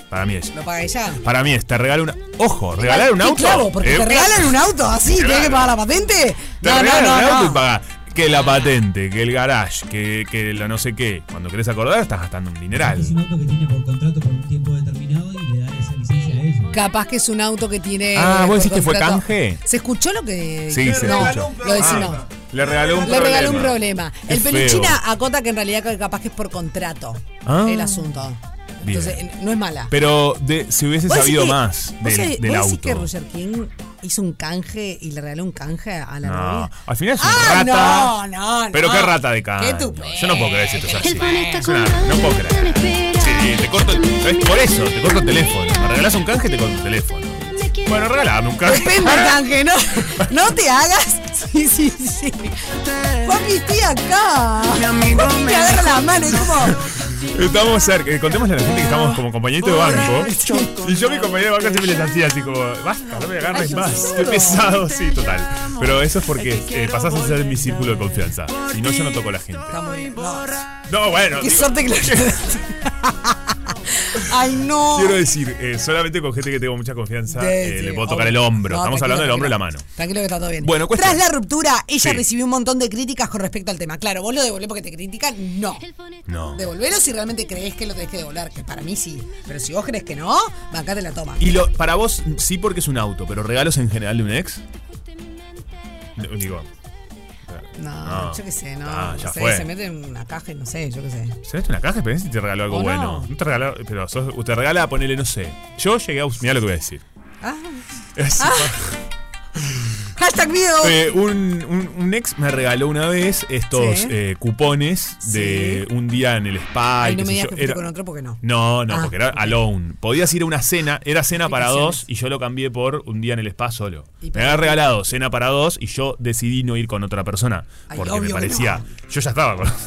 S2: Para mí ella.
S1: ¿Lo paga ella?
S2: Para mí esta, regala una. Ojo, regalar un
S1: Qué
S2: auto.
S1: clavo, porque
S2: Eh,
S1: te regalan un auto así,
S2: Claro.
S1: tenés que pagar la patente.
S2: Te regalan el auto y pagás. Que la patente, que el garage, que, que lo no sé qué. Cuando querés acordar, estás gastando un dineral.
S9: Es un auto que tiene por contrato por un tiempo determinado y le dan esa licencia a ellos.
S1: Capaz que es un auto que tiene.
S2: Ah,
S1: eh,
S2: ¿vos
S1: por
S2: decís que fue
S1: contrato.
S2: canje?
S1: ¿Se escuchó lo que.?
S2: Sí, se
S1: no,
S2: escuchó.
S1: Lo decís
S2: Ah,
S1: no.
S2: Le regaló un
S1: Le
S2: problema.
S1: regaló un problema.
S2: Qué
S1: el
S2: feo.
S1: peluchina acota que en realidad que capaz que es por contrato
S2: Ah.
S1: el asunto.
S2: Bien.
S1: Entonces, eh, no es mala.
S2: Pero de- si hubiese
S1: ¿Vos decís
S2: sabido
S1: que-
S2: más del,
S1: vos sabés-
S2: del
S1: vos
S2: auto.
S1: decís que Roger King hizo un canje y le regaló un canje a la
S2: no,
S1: novia?
S2: al final es un
S1: Ah,
S2: rata.
S1: no, no, no.
S2: Pero qué rata de cara.
S1: Ah, Qué
S2: Yo
S1: tupé.
S2: no puedo creer que esto es así.
S3: El pan está
S2: Es una-
S3: colgado,
S2: no puedo
S3: está en
S2: creer.
S3: espera.
S2: Sí, te corto. ¿sabés? Por eso, te corto el teléfono. Me regalás un canje, te corto el teléfono. Bueno, regalame un canje.
S1: Depende,
S8: Ah.
S1: canje, no, no te hagas. Sí, sí, sí. Papi, estoy acá.
S8: Mi amigo
S1: Papi,
S8: me
S1: me agarra la mano y como.
S2: Estamos cerca, eh, contémosle a la gente que estamos como compañerito de banco.
S8: Borracho con
S2: Y yo mi compañero de banco siempre les hacía así como, basta, no me agarres
S1: Ay,
S2: más.
S1: seguro.
S2: Qué pesado, sí, total. Pero eso es porque eh, pasás a ser mi círculo de confianza. Si no, yo no toco a la gente.
S1: Está muy bien. No.
S2: No, bueno.
S1: Qué
S2: digo,
S1: suerte que lo Ay, no.
S2: Quiero decir, eh, solamente con gente que tengo mucha confianza eh, le puedo tocar el hombro.
S1: No,
S2: Estamos
S1: tranquilo,
S2: hablando del hombro y la mano.
S1: tranquilo. Tranquilo que está todo bien.
S2: Bueno, cuestión.
S1: Tras la ruptura, ella
S2: Sí.
S1: recibió un montón de críticas con respecto al tema. Claro, vos lo devolvés porque te critican, no.
S2: No.
S1: Devolvelo si realmente crees que lo tenés que devolver, que para mí sí. Pero si vos crees que no, bancate la toma.
S2: Y lo, para vos, sí porque es un auto, pero regalos en general de un ex. Digo.
S1: No, yo qué sé, no.
S2: Ah, ya
S1: no sé,
S2: fue.
S1: se mete en una caja y no sé, yo qué sé.
S2: ¿Sabes una caja? Pensé si te regaló algo
S1: ¿O
S2: bueno.
S1: no?
S2: te regaló, pero sos- te regala, ponele, no sé. Yo llegué a. Mirá lo que voy a decir.
S1: Ah.
S2: Es-
S1: Hashtag video.
S2: Eh, un, un- un ex me regaló una vez estos
S1: Sí.
S2: eh, cupones de un día en el spa.
S1: Ay,
S2: y
S1: no
S2: qué
S1: me
S2: sé
S1: digas
S2: yo.
S1: que fuiste
S2: Era-
S1: con otro porque no.
S2: No, no,
S1: Ah,
S2: porque era alone. Podías ir a una cena, era cena para
S1: Aplicaciones.
S2: dos y yo lo cambié por un día en el spa solo.
S1: ¿Y
S2: Me
S1: para
S2: había regalado cena para dos y yo decidí no ir con otra persona.
S1: Ay,
S2: Porque
S1: obvio
S2: me
S1: que
S2: parecía. Yo ya estaba con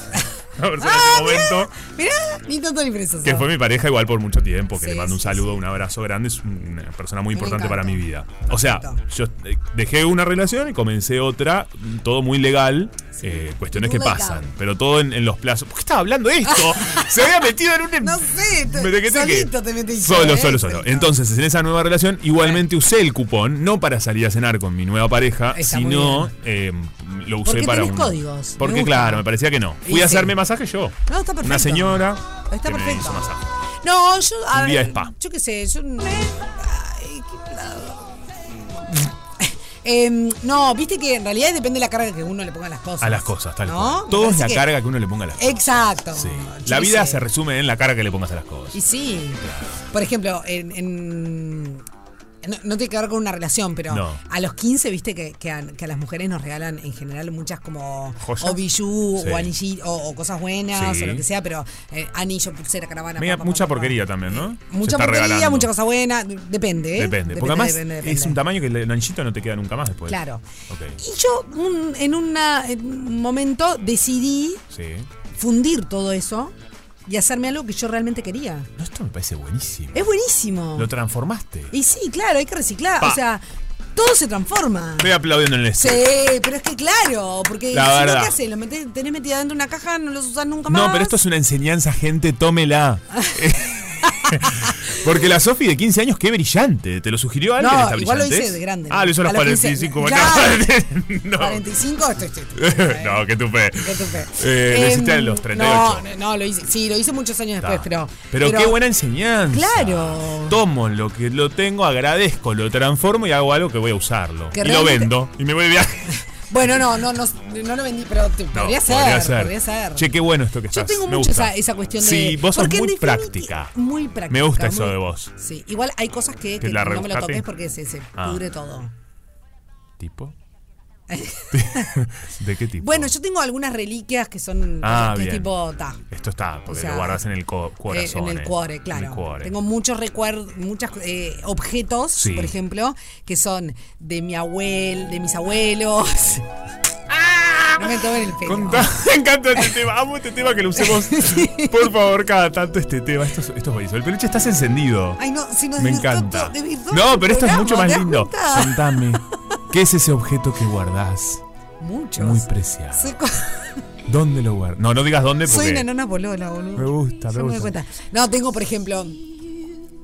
S2: una persona
S1: Ah,
S2: en ese momento.
S1: Mirá, ni tanto ni preso.
S2: Que fue mi pareja igual por mucho tiempo, que
S1: Sí,
S2: le mando un
S1: sí,
S2: saludo, un abrazo grande, es una persona muy
S1: Me
S2: importante para mi
S1: encanta.
S2: vida.
S1: Me
S2: O sea,
S1: encanta.
S2: yo eh, dejé una relación y comencé otra, todo muy legal, eh, cuestiones que
S1: Muy legal.
S2: pasan, pero todo en, en los plazos. ¿Por qué estaba hablando de esto? Se había metido en un... em-
S1: No sé, te-
S2: Metequeteque.
S1: solito te metiste,
S2: Solo,
S1: ¿eh?
S2: solo, solo.
S1: Solito.
S2: Entonces, en esa nueva relación, igualmente usé el cupón, no para salir a cenar con mi nueva pareja,
S1: Está muy
S2: sino eh, lo usé
S1: Porque
S2: para
S1: tenés
S2: un...
S1: códigos, me
S2: Porque
S1: gusta.
S2: claro, me parecía que no.
S1: Y
S2: Fui a
S1: sí.
S2: hacerme masaje yo.
S1: No, está
S2: Una
S1: perfecto.
S2: señora
S1: Está
S2: que me
S1: perfecto.
S2: hizo masaje.
S1: No, yo. A
S2: Un
S1: ver,
S2: día spa.
S1: Yo qué sé, yo. Ay, qué lado. Em, no, viste que en realidad depende de la carga que uno le ponga a las cosas.
S2: a las cosas, tal
S1: ¿No?
S2: cual. Todo
S1: Me
S2: es la
S1: parece que-
S2: carga que uno le ponga a las cosas.
S1: Exacto.
S2: Sí.
S1: Yo
S2: La
S1: qué
S2: vida
S1: sé.
S2: se resume en la carga que le pongas a las
S1: Y
S2: cosas.
S1: sí. Por ejemplo, en. en- no, no tiene que ver con una relación, pero
S2: No.
S1: a los 15, viste que, que a, que a las mujeres nos regalan en general muchas como.
S2: ¿Joyas?
S1: O bijú,
S2: Sí.
S1: o anilli- o, o cosas buenas,
S2: Sí.
S1: o lo que sea, pero eh, anillo, pulsera, caravana.
S2: Media-
S1: pa, pa, pa,
S2: mucha
S1: pa, pa.
S2: porquería también, ¿no? Se
S1: Mucha
S2: está
S1: porquería,
S2: regalando.
S1: mucha cosa buena. Depende, ¿eh?
S2: Depende. Porque además
S1: depende, depende,
S2: es un
S1: depende.
S2: tamaño que el anchito no te queda nunca más después.
S1: Claro.
S2: Ok.
S1: Y yo un- en, una, en un momento decidí
S2: Sí.
S1: fundir todo eso y hacerme algo que yo realmente quería.
S2: No,
S1: Eh,
S2: esto me parece buenísimo.
S1: Es buenísimo.
S2: Lo transformaste.
S1: Y sí, claro, hay que reciclar.
S2: Pa.
S1: O sea, todo se transforma.
S2: Estoy aplaudiendo en el
S1: Sí,
S2: estudio.
S1: pero es que claro, porque
S2: La
S1: si no,
S2: verdad.
S1: ¿qué haces? Los metés- tenés metida dentro de una caja, no los usás nunca más.
S2: No, pero esto es una enseñanza, gente, tómela. Porque la Sofi de 15 años, qué brillante. ¿Te lo sugirió alguien?
S1: No,
S2: esta
S1: igual lo hice
S2: brillantez?
S1: de grande,
S2: Ah, lo hizo a los
S1: a los 15.
S2: 45. no.
S1: 45, esto, esto, esto.
S2: no, qué tupé.
S1: Qué tupé.
S2: Eh, lo
S1: Em,
S2: hiciste a los 38.
S1: No, no, no, lo hice. Sí, lo hice muchos años después,
S2: Ta.
S1: pero,
S2: Pero, qué buena enseñanza.
S1: Claro.
S2: Tomo lo que lo tengo, agradezco, lo transformo y hago algo que voy a usarlo.
S1: Que
S2: y lo
S1: realmente-
S2: vendo. Y me voy de viaje.
S1: Bueno, no, no, no, no lo vendí, pero te-
S2: No,
S1: podría, ser, podría ser.
S2: Che, qué bueno esto que
S1: Yo
S2: estás.
S1: tengo
S2: me
S1: mucho
S2: gusta.
S1: esa, esa cuestión de.
S2: Sí, vos sos
S1: porque en
S2: muy
S1: definitiva-
S2: práctica.
S1: Muy práctica.
S2: Me gusta eso
S1: muy-
S2: de vos.
S1: Sí, igual hay cosas que,
S2: Que
S1: que
S2: la
S1: no me lo
S2: rebuscaste.
S1: toques porque se, se
S2: Ah.
S1: pudre todo.
S2: ¿Tipo? ¿De qué tipo?
S1: Bueno, yo tengo algunas reliquias que son.
S2: Ah,
S1: que es
S2: bien.
S1: tipo. Ta,
S2: Esto está, porque
S1: O sea,
S2: lo guardas en el co- corazón.
S1: Eh, en
S2: eh.
S1: el cuore,
S2: En
S1: claro.
S2: el cuore.
S1: Tengo muchos recuerdos, muchos objetos,
S2: Sí.
S1: por ejemplo, que son de mi abuel, de mis abuelos. Ah, No me tomen el pelo.
S2: Contá- Me encanta este tema, amo este tema que lo usemos. Por favor, cada tanto este tema. Esto es, esto es buenísimo. El peluche estás encendido.
S1: Ay, no, si nos
S2: Me
S1: desvirtó
S2: encanta.
S1: todo- desvirtó
S2: No,
S1: el
S2: pero esto es
S1: este programa,
S2: mucho
S1: ¿te
S2: más
S1: das
S2: lindo.
S1: cuenta?
S2: Contame, ¿qué es ese objeto que guardás?
S1: Muchos.
S2: Muy preciado.
S1: Soy co-
S2: ¿Dónde lo guardas? No, no digas dónde
S1: Soy una
S2: porque.
S1: nona polola, boludo.
S2: Me gusta,
S1: Yo
S2: me
S1: me doy
S2: gusta.
S1: cuenta. No, tengo, por ejemplo.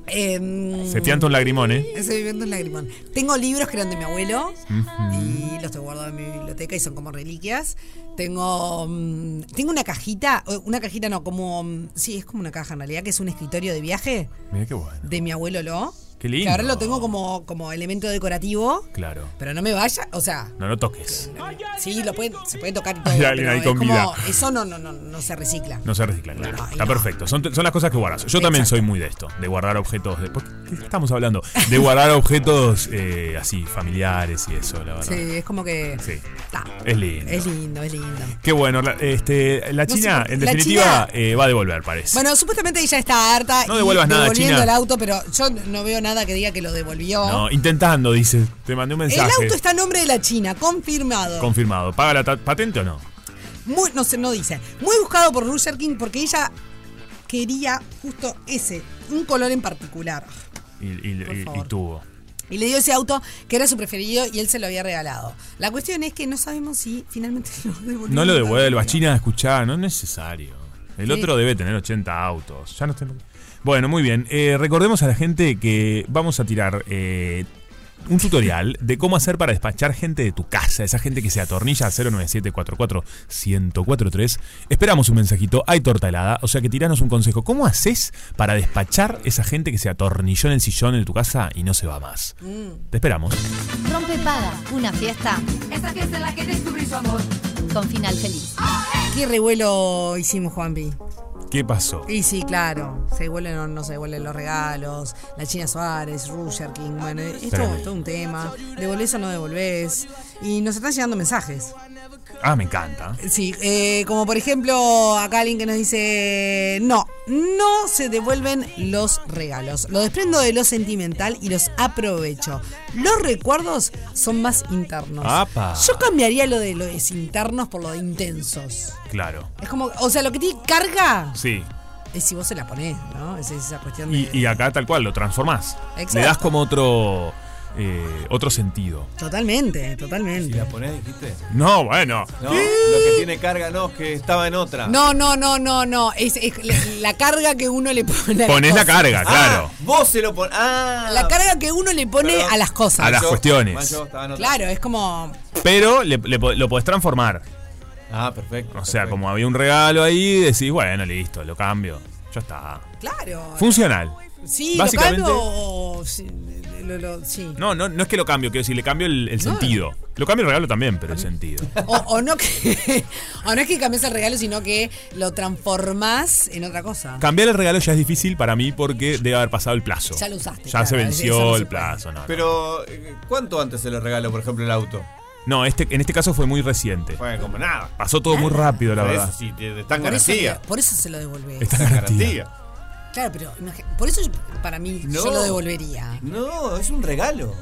S1: em,
S2: Se pianta un lagrimón, ¿eh?
S1: Estoy viviendo un lagrimón. Tengo libros que eran de mi abuelo
S2: Ujú.
S1: y los tengo guardados en mi biblioteca y son como reliquias. Tengo mm, tengo una cajita, eh, una cajita no, como mm, sí, es como una caja en realidad que es un escritorio de viaje
S2: Mira qué bueno.
S1: de mi abuelo Lo.
S2: Qué lindo.
S1: Que ahora lo tengo como como elemento decorativo,
S2: Claro.
S1: pero no me vaya, o sea,
S2: No lo toques.
S1: sí lo pueden, se puede tocar y todo,
S2: Hay alguien
S1: pero
S2: ahí
S1: es
S2: con
S1: como-
S2: vida.
S1: eso no no no no se recicla.
S2: No se recicla, claro.
S1: No, y
S2: Está
S1: no.
S2: perfecto. Son, son las cosas que guardas. Yo también soy muy de esto, de guardar objetos. De, ¿por ¿Qué estamos hablando? De guardar objetos eh, así, familiares y eso, la verdad.
S1: Sí, es como que
S2: Sí.
S1: Ta,
S2: Es lindo.
S1: es lindo, es lindo.
S2: Qué bueno. la- Este, la
S1: No
S2: China,
S1: sé,
S2: en
S1: la
S2: definitiva, eh, va a devolver, parece.
S1: Bueno, supuestamente ella está harta
S2: No
S1: y
S2: devuelvas nada,
S1: devolviendo
S2: China.
S1: el auto, pero yo no veo nada que diga que lo devolvió.
S2: no, intentando, dice. Te mandé un
S1: el
S2: mensaje.
S1: auto está a nombre de la China, confirmado.
S2: Confirmado. ¿Paga la ta- patente o no?
S1: Muy, no sé, no dice. Muy buscado por Roger King porque ella quería justo ese, un color en particular.
S2: Y, y-
S1: Por
S2: y- y
S1: favor.
S2: tuvo.
S1: Y le dio ese auto que era su preferido y él se lo había regalado. La cuestión es que no sabemos si finalmente lo devolvió.
S2: No lo devuelvas, China, escuchá, no es necesario. El
S1: Sí.
S2: otro debe tener 80 autos. Ya no estoy- Bueno, muy bien. Eh, recordemos a la gente que vamos a tirar eh, un tutorial de cómo hacer para despachar gente de tu casa. Esa gente que se atornilla 097-44-1043. Esperamos un mensajito. Hay torta helada. O sea que tiranos un consejo. ¿Cómo haces para despachar esa gente que se atornilló en el sillón de tu casa y no se va más? Te esperamos.
S6: Rompe paga, una fiesta
S5: Esta fiesta en la que descubrí su amor. Ah.
S6: con final feliz.
S1: Qué revuelo hicimos, Juanpi.
S2: ¿Qué pasó?
S1: Y sí, claro, se devuelven o no se devuelven los regalos, la China Suárez, Roger King, bueno, esto
S2: Tremendo.
S1: es todo un tema, devolvés o no devolvés, y nos están llegando mensajes.
S2: Ah, me encanta.
S1: Sí, eh, como por ejemplo acá alguien que nos dice, no, no se devuelven los regalos, lo desprendo de lo sentimental y los aprovecho. Los recuerdos son más internos.
S2: Apa.
S1: Yo cambiaría lo de los internos por lo de intensos.
S2: Claro.
S1: Es como, o sea, lo que tiene carga
S2: Sí.
S1: es si vos se la ponés, ¿no? Es esa cuestión de...
S2: Y, y acá tal cual, lo transformás.
S1: Exacto.
S2: Le das como otro eh, otro sentido.
S1: Totalmente, totalmente.
S10: ¿Ponés, dijiste?
S2: No, bueno.
S10: No, lo que tiene carga no, es que estaba en otra.
S1: No, no, no, no, no. Es, es la, la carga que uno le pone. a las
S2: Ponés la
S1: cosas.
S2: carga, Ah, claro.
S10: Vos se lo pones. Ah,
S1: La carga que uno le pone
S10: Perdón.
S1: a las cosas.
S2: A las
S10: Yo-
S2: cuestiones.
S10: Mayo, estaba en otra.
S1: Claro, es como.
S2: Pero le- le po- lo podés transformar.
S10: Ah, perfecto.
S2: O sea,
S10: perfecto.
S2: como había un regalo ahí, decís, bueno, listo, lo cambio. Ya está.
S1: Claro.
S2: Funcional.
S1: Sí, lo
S2: básicamente-
S1: cambio o- sí, lo- lo- sí.
S2: No, no, no es que lo cambio, quiero decir, le cambio el, el sentido. Lo cambio el regalo también, pero el sentido.
S1: O, o no que, o no es que cambies el regalo, sino que lo transformás en otra cosa.
S2: Cambiar el regalo ya es difícil para mí porque debe haber pasado el plazo.
S1: Ya lo usaste,
S2: Ya
S1: claro,
S2: se venció
S1: eso no se
S2: el
S1: puede.
S2: plazo, no, no.
S10: Pero, eh, ¿cuánto antes se lo regaló, por ejemplo, el auto?
S2: No, este, en este caso fue muy reciente.
S10: Bueno, como nada.
S2: Pasó todo muy rápido, la
S10: Por
S2: verdad.
S10: eso, si te, están
S1: Por eso,
S10: garantía.
S1: por eso se lo devolvés.
S2: Está
S10: Están
S2: garantía.
S10: garantía.
S1: Claro, pero imagi- por eso yo- para mí
S10: No.
S1: yo lo devolvería.
S10: No, es un regalo.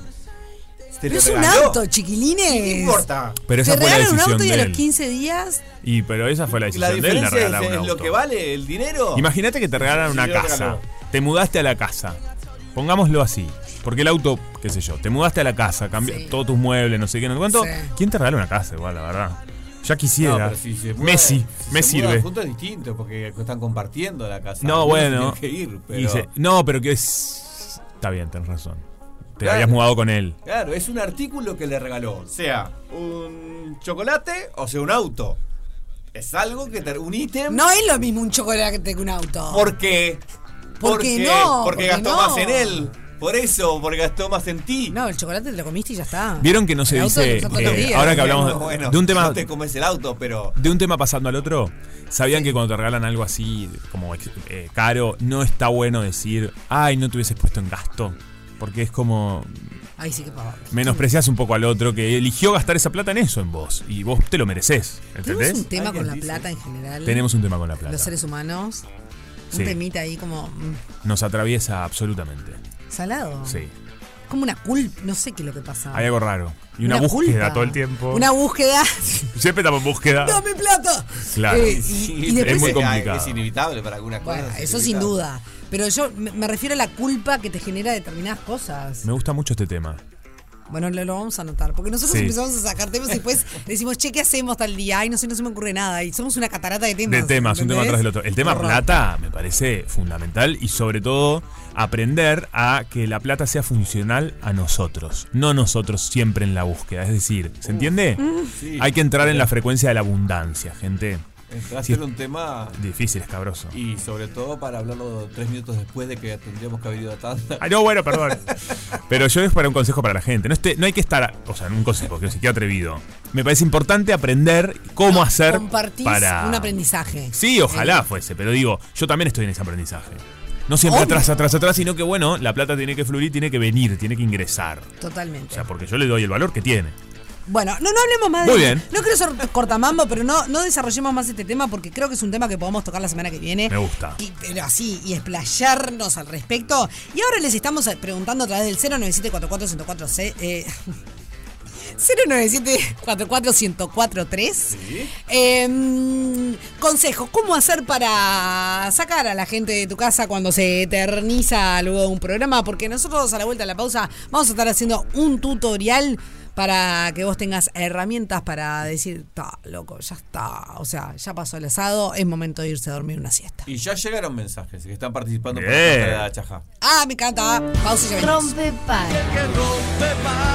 S10: Te
S1: Pero
S10: lo
S1: es un
S10: regaló.
S1: auto, chiquilines.
S10: No importa.
S2: Pero esa
S1: Te
S2: fue la
S1: regalan un
S2: decisión
S1: auto y a
S2: de
S1: los
S2: él.
S1: 15 días
S2: Y pero esa fue la decisión
S10: La
S2: de él, le
S10: diferencia es,
S2: regalaron un
S10: es lo
S2: auto.
S10: que vale el dinero.
S2: Imagínate que te regalaron
S10: Sí,
S2: una
S10: lo
S2: casa.
S10: regaló.
S2: Te mudaste a la casa. Pongámoslo así. Porque el auto, qué sé yo, te mudaste a la casa, cambiaste todos tus muebles, no sé qué, no sé cuánto.
S10: Sí.
S2: ¿Quién te regala una casa igual, la verdad? Ya quisiera.
S10: No, pero si se mudan-
S2: Messi,
S10: si
S2: me
S10: se mudan
S2: sirve.
S10: juntos es distinto porque están compartiendo la casa.
S2: No,
S10: Algunos tienen
S2: bueno.
S10: que ir, pero-
S2: Y se- no, pero que es. Está bien, tenés razón. Te
S10: Claro.
S2: habías mudado con él.
S10: Claro, es un artículo que le regaló, sea un chocolate o sea un auto. Es algo que te un ítem.
S1: No es lo mismo un chocolate que un auto.
S10: ¿Por qué?
S1: Porque no,
S10: Porque
S1: porque
S10: gastó
S1: no.
S10: más en él. Por eso, porque gastó más en ti.
S1: No, el chocolate te lo comiste y ya está.
S2: Vieron que no se
S1: El auto
S2: dice.
S1: lo usas todos los
S2: eh,
S1: días.
S2: ahora que hablamos
S10: Bueno,
S2: de un tema.
S10: no te comes el auto, pero.
S2: De un tema pasando al otro, ¿sabían que cuando te regalan algo así, como ex- eh, caro, no está bueno decir, ay, no te hubieses puesto en gasto? Porque es como,
S1: Ay, sí, que pavo.
S2: menosprecias un poco al otro que eligió gastar esa plata en eso, en vos. Y vos te lo mereces,
S1: Tenemos
S2: ¿entendés?
S1: un tema con la plata en general.
S2: Tenemos un tema con la plata.
S1: Los seres humanos.
S2: Sí.
S1: Un temita ahí como mm,
S2: Nos atraviesa absolutamente.
S1: salado.
S2: Sí.
S1: Como una culpa. No sé qué es lo que pasa.
S2: Hay algo raro. Y una,
S1: Una
S2: búsqueda
S1: culpa.
S2: todo el tiempo.
S1: Una búsqueda.
S2: Siempre estamos en búsqueda.
S1: ¡Dame plata!
S2: Claro.
S1: Eh, y-
S2: Sí,
S1: y
S2: es
S1: después-
S2: muy complicado.
S10: Es inevitable para algunas
S1: Bueno,
S10: cosas.
S1: eso sin duda. Pero yo me me refiero a la culpa que te genera determinadas cosas.
S2: Me gusta mucho este tema.
S1: Bueno, lo, lo vamos a anotar. Porque nosotros
S2: Sí.
S1: empezamos a sacar temas y después decimos, che, ¿qué hacemos tal día? Ay, no sé, no se me ocurre nada. Y somos una catarata de temas.
S2: de temas, un tema
S1: ¿entendés?
S2: tras del otro. El tema
S1: Horror.
S2: plata me parece fundamental y sobre todo aprender a que la plata sea funcional a nosotros, no nosotros siempre en la búsqueda. Es decir,
S1: Mm.
S2: ¿se entiende?
S10: Sí.
S2: Hay que entrar en la frecuencia de la abundancia, gente.
S10: Entraste
S2: Sí,
S10: en un tema.
S2: Difícil, escabroso.
S10: Y sobre todo para hablarlo tres minutos después de que tendríamos que haber ido a tanta.
S2: Ay, Ah, no, bueno, perdón. Pero yo es para un consejo para la gente. No, esté- no hay que estar, a- o sea, en un consejo, que se quede atrevido. Me parece importante aprender cómo hacer
S1: Compartís
S2: para...
S1: un aprendizaje.
S2: Sí, ojalá fuese, pero digo, yo también estoy en ese aprendizaje. No siempre
S1: Obvio.
S2: atrás, atrás, atrás, sino que bueno, la plata tiene que fluir, tiene que venir, tiene que ingresar. O
S1: Eh, Totalmente.
S2: sea, porque yo le doy el valor que tiene.
S1: Bueno, no, no hablemos más
S2: Muy
S1: de
S2: bien.
S1: No quiero ser cortamambo, pero no, no desarrollemos más este tema porque creo que es un tema que podemos tocar la semana que viene.
S2: Me gusta.
S1: Y- pero así, y explayarnos al respecto. Y ahora les estamos preguntando a través del 097 eh, 097-44-1043. Em, consejo, ¿cómo hacer para sacar a la gente de tu casa cuando se eterniza luego de un programa? Porque nosotros a la vuelta de la pausa vamos a estar haciendo un tutorial para que vos tengas herramientas para decir, está, loco, ya está. O sea, ya pasó el asado, es momento de irse a dormir una siesta.
S10: Y ya llegaron mensajes que están participando por
S2: Bien.
S10: la cuenta de Chaja.
S1: Ah, me encanta. Pausa y ya venimos.
S6: Rompe para.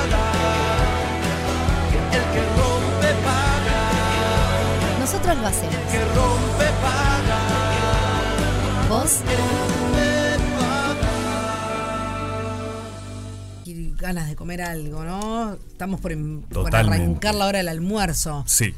S6: Nosotros lo hacemos. Vos
S1: Y ganas de comer algo, ¿no? Estamos por, em- por
S2: Totalmente.
S1: arrancar la hora del almuerzo.
S2: Sí.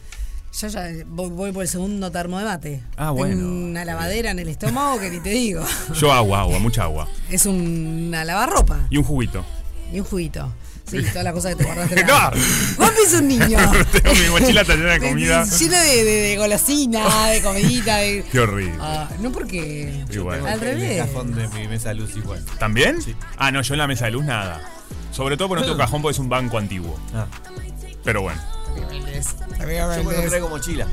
S1: Yo ya voy, voy por el segundo termo de mate.
S2: Ah,
S1: Tengo
S2: bueno.
S1: Una lavadera en el estómago que ni te digo.
S2: Yo agua, agua, mucha agua.
S1: Es una lavarropa
S2: Y un juguito.
S1: y un juguito. Sí, todas las cosas que te guardaste. en la-
S2: ¡No!
S1: Juanpi es un niño.
S2: Tengo mi mochila tan llena de comida.
S1: Lleno de, de- de golosina, de comidita. de-
S2: Qué horrible.
S1: Ah, no porque.
S2: Igual.
S1: Al
S10: El
S1: revés.
S10: cajón de mi mesa de luz igual.
S2: ¿También? Ah, no, yo en la mesa de luz nada. Sobre todo porque no tengo cajón porque es un banco antiguo.
S10: Ah.
S2: Pero bueno,
S10: Yo me lo traigo mochila.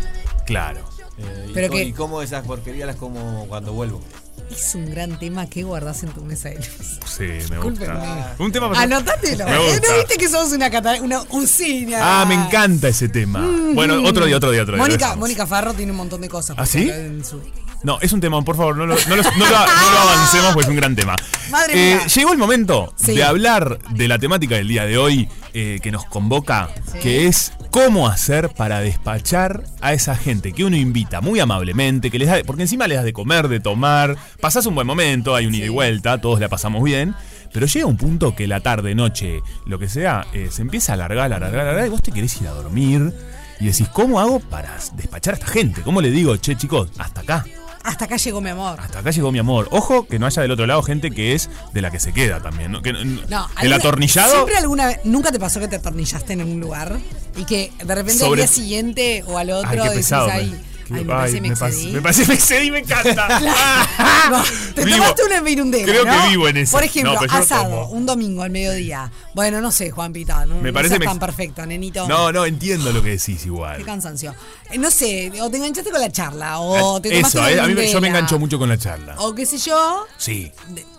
S2: claro.
S10: Eh, y,
S1: Pero
S10: co-
S1: que-
S10: y como esas porquerías las como cuando vuelvo.
S1: Es un gran tema que guardás en tu mesa de luz.
S2: Sí, me
S1: Discúlpenme.
S2: gusta. Un tema para-
S1: Anotátelo.
S2: Me
S1: ¿eh?
S2: gusta.
S1: ¿No viste que somos una, cata- una usina?
S2: Ah, me encanta ese tema. Bueno, otro día, otro día, otro día.
S1: Mm. Mónica,
S2: Regresamos.
S1: Mónica Farro tiene un montón de cosas.
S2: ¿Ah, sí?
S1: En su-
S2: No, es un tema, por favor, no lo, no lo- no lo- no lo avancemos porque es un gran tema.
S1: Madre
S2: Eh,
S1: mía.
S2: Llegó el momento
S1: Sí.
S2: de hablar de la temática del día de hoy eh, que nos convoca, que es cómo hacer para despachar a esa gente que uno invita muy amablemente, que les da, porque encima les das de comer, de tomar, pasás un buen momento, hay un ida y vuelta, todos la pasamos bien, pero llega un punto que la tarde, noche, lo que sea, eh, se empieza a alargar, alargar, alargar, y vos te querés ir a dormir. Y decís, ¿cómo hago para despachar a esta gente? ¿Cómo le digo, che, chicos, hasta acá?
S1: Hasta acá llegó mi amor.
S2: Hasta acá llegó mi amor. Ojo que no haya del otro lado gente que es de la que se queda también. ¿no? Que-
S1: No,
S2: el
S1: alguna-
S2: atornillado.
S1: Siempre alguna vez, nunca te pasó que te atornillaste en un lugar y que de repente
S2: Sobre-
S1: al día siguiente o al otro
S2: Ay, qué
S1: decís
S2: pesado,
S1: ahí, Ay, me
S2: Ay,
S1: parece me
S2: me pas-
S1: excedí.
S2: me parece- me excedí, me encanta. Ah.
S1: No, te
S2: Vivo.
S1: tomaste una virundela,
S2: Creo que
S1: ¿no?
S2: vivo en esa.
S1: Por ejemplo,
S2: No, pero yo no
S1: asado,
S2: como.
S1: un domingo al mediodía. Bueno, no sé, Juan Pita, no,
S2: Me
S1: no
S2: parece
S1: seas
S2: me-
S1: tan perfecto, nenito.
S2: No, no, entiendo lo que decís igual.
S1: Qué cansancio. Eh, No sé, o te enganchaste con la charla, o te tomaste
S2: Eso,
S1: una Oh.
S2: eh, a mí me- yo me
S1: virundela,
S2: engancho mucho con la charla.
S1: O qué sé yo,
S2: Sí.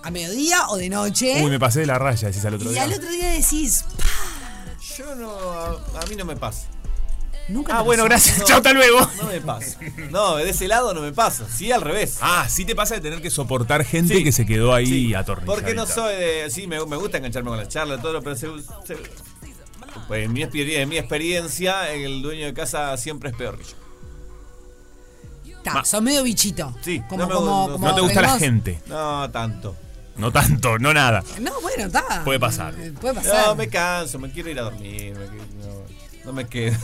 S1: a mediodía o de noche.
S2: Uy, me pasé de la raya, decís al otro
S1: ¿Eh? y
S2: día.
S1: al otro día decís,
S10: Yo no. A, a mí no me pasa.
S1: Nunca
S2: Ah, bueno, gracias. Chao, hasta luego.
S10: No me pasa. No, de ese lado no me pasa. Sí, al revés.
S2: Ah, sí te pasa de tener que soportar gente que se quedó ahí atornillada.
S10: Porque no soy de. Sí, me, me gusta engancharme con la charla, todo, pero se- se- pues en mi, experi- en mi experiencia, el dueño de casa siempre es peor que yo.
S1: ta, sos medio bichito.
S10: Sí,
S1: Como-
S10: me-
S1: como-
S2: como No te gusta la venimos- gente.
S10: No, tanto.
S2: No tanto, no nada.
S1: No, bueno, está. Eh,
S2: Puede pasar.
S1: Puede pasar.
S10: No, me canso, me quiero ir a dormir. me quiero- no, no me quedo.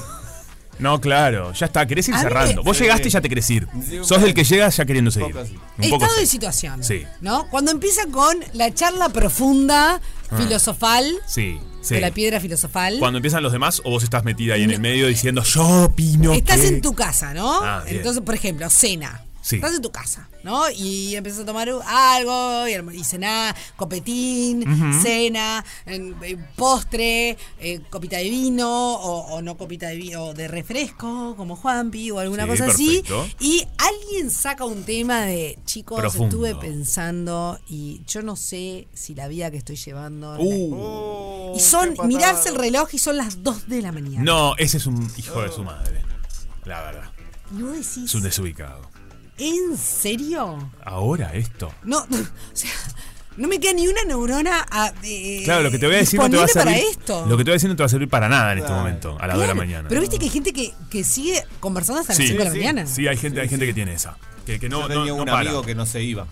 S2: No, claro, ya está, querés ir
S1: A mí
S2: cerrando.
S1: me-
S2: Vos
S10: Sí.
S2: llegaste y ya te querés ir.
S10: Sí, un
S2: Sos
S10: poco-
S2: del que llega ya queriendo seguir.
S10: poco así.
S2: Un poco
S1: Estado de
S2: sí.
S1: situación.
S2: Sí.
S1: ¿No? Cuando empieza con la charla profunda,
S2: Ah.
S1: filosofal,
S2: Sí, sí.
S1: de la piedra filosofal.
S2: Cuando empiezan los demás o vos estás metida ahí en el medio diciendo yo opino
S1: Estás
S2: que-".
S1: en tu casa, ¿no?
S2: Ah, bien.
S1: Entonces, por ejemplo, cena.
S2: Sí.
S1: Estás en tu casa, ¿no? Y empiezas a tomar algo, y, alm- y cená, copetín,
S11: Ujú.
S1: cena, en- en postre, eh, copita de vino, o, o no copita de vino, o de refresco, como Juanpi, o alguna
S11: Sí,
S1: cosa así.
S11: perfecto.
S1: Y alguien saca un tema de, chicos,
S11: Profundo.
S1: estuve pensando y yo no sé si la vida que estoy llevando...
S2: Uh,
S1: y son, mirarse el reloj y son las 2 de la mañana.
S2: No, ese es un hijo de su madre. La verdad.
S1: No decís...
S2: Es un desubicado.
S1: ¿En serio?
S2: Ahora esto.
S1: No, o sea, no me queda ni una neurona a, eh,
S2: Claro, lo que te voy a decir no te va a
S1: disponible
S2: servir.
S1: para esto.
S2: Lo que te voy a decir no te va a servir para nada en este momento, a las 2 de la
S1: Claro,
S2: mañana.
S1: Pero viste que hay gente que, que sigue conversando hasta las 5 de la mañana.
S2: Sí, hay gente, hay gente que tiene esa. Que, que no,
S10: Yo tenía
S2: no- no
S10: un
S2: para.
S10: amigo que no se iba.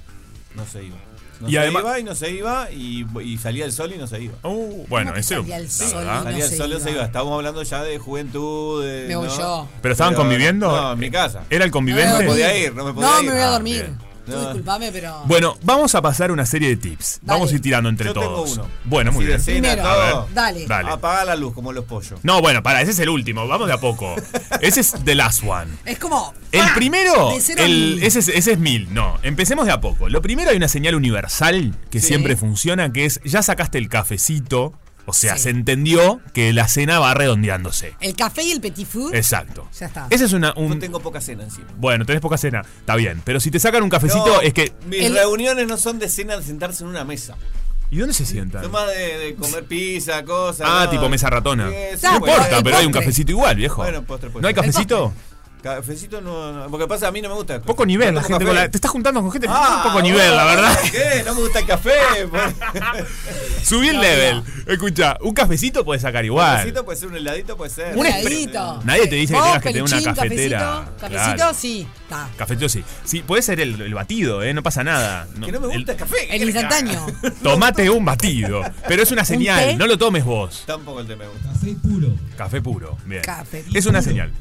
S10: No se iba. No
S2: Y
S10: se
S2: además-
S10: iba y no se iba y, y salía el sol y no se iba.
S2: Uh, bueno, ese
S1: salía el
S2: la
S1: sol
S2: verdad.
S1: y no
S10: Salía el
S1: se
S10: sol y no
S1: iba?
S10: se iba. Estábamos hablando ya de juventud. de-
S1: Me voy
S10: ¿no?
S1: yo.
S2: ¿Pero estaban conviviendo? Eh,
S10: No, en mi casa.
S2: ¿Era el convivente?
S10: No me podía ir, no me podía
S1: No,
S10: ir.
S1: me voy a
S2: Ah,
S1: dormir.
S2: bien.
S1: Tú disculpame, pero.
S2: Bueno, vamos a pasar una serie de tips.
S1: Dale.
S2: Vamos a ir tirando entre
S10: Yo tengo
S2: todos.
S10: uno.
S2: Bueno, muy
S10: Así de
S2: bien.
S10: cena,
S2: A ver.
S10: todo.
S1: Dale.
S2: Dale.
S10: Apaga la luz como los pollos.
S2: No, bueno, para, ese es el último. Vamos de a poco. Ese es The Last One.
S1: Es como.
S2: El
S1: ¡pa!
S2: primero,
S1: Ah, De cero a
S2: el-
S1: mil.
S2: ese, es, ese es mil. No, empecemos de a poco. Lo primero hay una señal universal que
S1: Sí.
S2: siempre funciona, que es ya sacaste el cafecito, o sea, se entendió que la cena va redondeándose.
S1: El café y el petit food.
S2: Exacto.
S1: Ya está.
S2: Ese es una, un...
S10: Yo tengo poca cena encima.
S2: Bueno, tenés poca cena, está bien. Pero si te sacan un cafecito,
S10: No,
S2: es que...
S10: Mis reuniones no son de cena de sentarse en una mesa.
S2: ¿Y dónde se sientan?
S10: Son más de, de comer pizza, cosas.
S2: Ah,
S10: ¿no?
S2: tipo mesa ratona.
S10: Sí, sí,
S2: no
S10: bueno.
S2: importa, pero hay un cafecito igual, viejo.
S10: Bueno, postre, postre.
S2: ¿No hay
S10: El postre.
S2: cafecito?
S10: Cafecito no, no, Porque pasa, a mí no me gusta. el
S2: Poco
S10: café.
S2: nivel,
S10: No
S2: la
S10: tomo
S2: gente
S10: café.
S2: con la- Te estás juntando con gente de
S10: Ah,
S2: muy poco nivel, la
S10: bueno,
S2: verdad.
S10: ¿Qué? No me gusta el café. pues.
S2: Subí el level. Escucha, un cafecito puedes sacar
S10: Un
S2: igual.
S10: cafecito puede ser un heladito, puede ser.
S1: Un heladito.
S2: Nadie te dice que
S1: Vos,
S2: tengas que tener una
S1: peluchín,
S2: cafetera.
S1: Cafecito, cafecito
S2: Claro.
S1: sí. Está.
S2: Cafecito sí. Sí, puede ser el, el batido, ¿eh? No pasa nada. No,
S10: Que no me
S2: el-
S10: gusta el café.
S1: El instantáneo.
S2: tomate un batido. Pero es una
S1: té?
S2: señal, no lo tomes vos.
S10: Tampoco el té me gusta.
S2: Eh,
S9: Café puro.
S2: Café puro. Bien.
S1: Café
S2: es una
S1: puro.
S2: señal.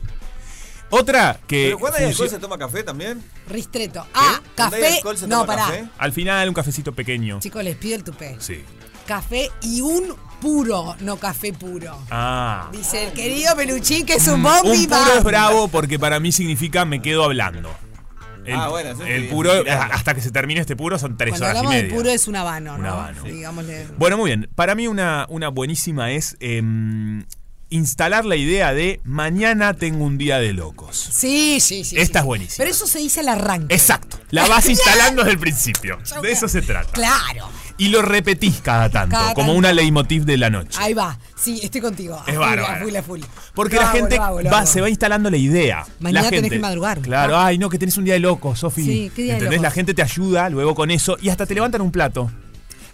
S2: Otra que.
S10: ¿Pero cuándo hay alcohol
S2: funcio-
S10: se toma café también?
S1: Ristreto. Ah,
S10: ¿Cuándo hay
S1: café.
S10: alcohol se
S1: No,
S10: toma
S1: pará.
S10: café?
S2: Al final, un cafecito pequeño.
S1: Chicos, les pido el tupé.
S2: Sí.
S1: Café y un puro, no café puro.
S2: Ah.
S1: Dice el querido Peluchín que es un
S2: Mm,
S1: bombi
S2: Un puro es bravo porque para mí significa me quedo hablando. El,
S10: Ah, bueno, eso
S2: el
S10: sí,
S2: puro,
S10: es tirarla.
S2: hasta que se termine este puro, son tres
S1: Cuando
S2: horas y
S1: hablamos de
S2: media.
S1: puro es un habano, ¿no?
S2: Un habano.
S1: Sí, Digámosle.
S2: Bueno, muy bien. Para mí una, una buenísima es em, instalar la idea de mañana tengo un día de locos.
S1: Sí, sí, sí.
S2: Esta
S1: sí.
S2: es buenísima.
S1: Pero eso se dice al arranque.
S2: Exacto. La vas instalando desde el principio.
S1: Yo
S2: De eso se trata.
S1: Claro.
S2: Y lo repetís cada tanto,
S1: Cada
S2: como
S1: tanto.
S2: una leitmotiv de la noche.
S1: Ahí va. Sí, estoy contigo. A
S2: Es
S1: full, a
S2: bárbaro.
S1: full, a full.
S2: Porque
S1: Lo
S2: la
S1: hago,
S2: gente
S1: lo hago, lo
S2: va,
S1: hago.
S2: se va instalando la idea.
S1: Mañana
S2: la gente,
S1: tenés que madrugar. Ah.
S2: Claro, ay, no, que tenés un día de loco, Sofi.
S1: Sí, qué día de
S2: ¿Entendés? La
S1: locos.
S2: gente te ayuda luego con eso y hasta te levantan un plato.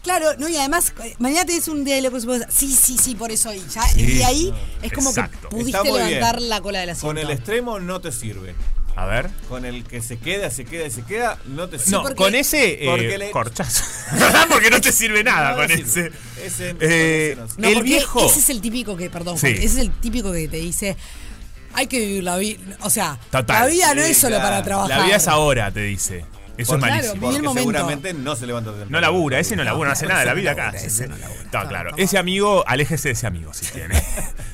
S1: Claro, no, y además, eh, mañana tenés un día de locos. y vos- Sí, sí, sí, por eso. Y ya, y ahí es como
S2: exacto.
S1: que pudiste
S10: Está muy bien.
S1: levantar la cola de la
S10: Con el extremo no te sirve.
S2: A ver.
S10: Con el que se queda, se queda y se queda, no te sirve.
S2: no, con ese eh,
S10: Porque le-
S2: corchazo. porque no te sirve nada
S10: No,
S2: con
S10: no
S2: ese.
S10: sirve. Ese- con
S2: Eh,
S10: ese no sirve.
S1: No,
S2: el
S1: porque
S2: viejo.
S1: Ese es el típico que, perdón,
S2: Sí.
S1: Juan, ese es el típico que te dice, hay que vivir la vida. O sea,
S2: Total.
S1: la vida no
S2: Sí,
S1: es solo
S2: claro.
S1: para trabajar.
S2: La vida es ahora, te dice. Eso es malísimo.
S10: Porque seguramente no se levanta temprano.
S2: No labura, ese no labura, no hace nada de la vida acá. Ese no labura. Está claro. Ese amigo, aléjese de ese amigo si tiene.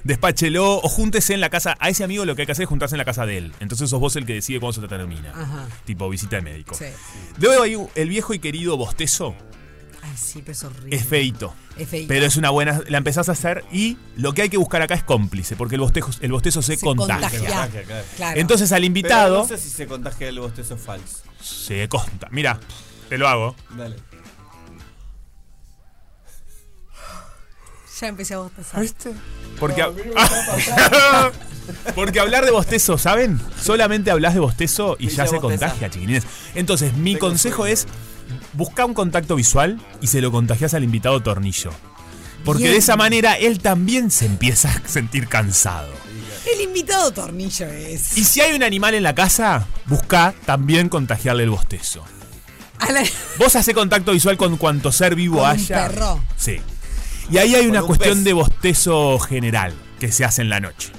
S2: Despáchelo o júntese en la casa. A ese amigo lo que hay que hacer es juntarse en la casa de él. Entonces sos vos el que decide cuándo se te termina.
S1: Ajá.
S2: Tipo visita de médico.
S1: Sí.
S2: Luego hay un- el viejo y querido bostezo.
S1: Ay, sí, pero es horrible.
S2: Es feito.
S1: Es feíto.
S2: Pero es una buena. La empezás a hacer y lo que hay que buscar acá es cómplice, porque el bostezo, el bostezo se, contagia. Entonces al
S10: Pero
S2: invitado
S10: no sé si se contagia el bostezo falso.
S2: se conta. Mira, te lo hago.
S10: Dale.
S1: Ya empecé a bostezar.
S2: ¿Viste? Porque, porque hablar de bostezo, ¿saben? Solamente hablas de bostezo y
S11: Sí,
S2: ya
S11: ya
S2: se
S11: bostezás.
S2: contagia, chiquilines. Entonces, mi consejo es busca un contacto visual y se lo contagias al invitado tornillo. Porque
S1: Bien.
S2: de esa manera él también se empieza a sentir cansado.
S1: El invitado tornillo es.
S2: Y si hay un animal en la casa, busca también contagiarle el bostezo.
S1: A la-
S2: Vos hace contacto visual con cuanto ser vivo
S1: Con un
S2: haya.
S1: perro.
S2: Sí. Y ahí hay una cuestión de bostezo general que se hace en la noche.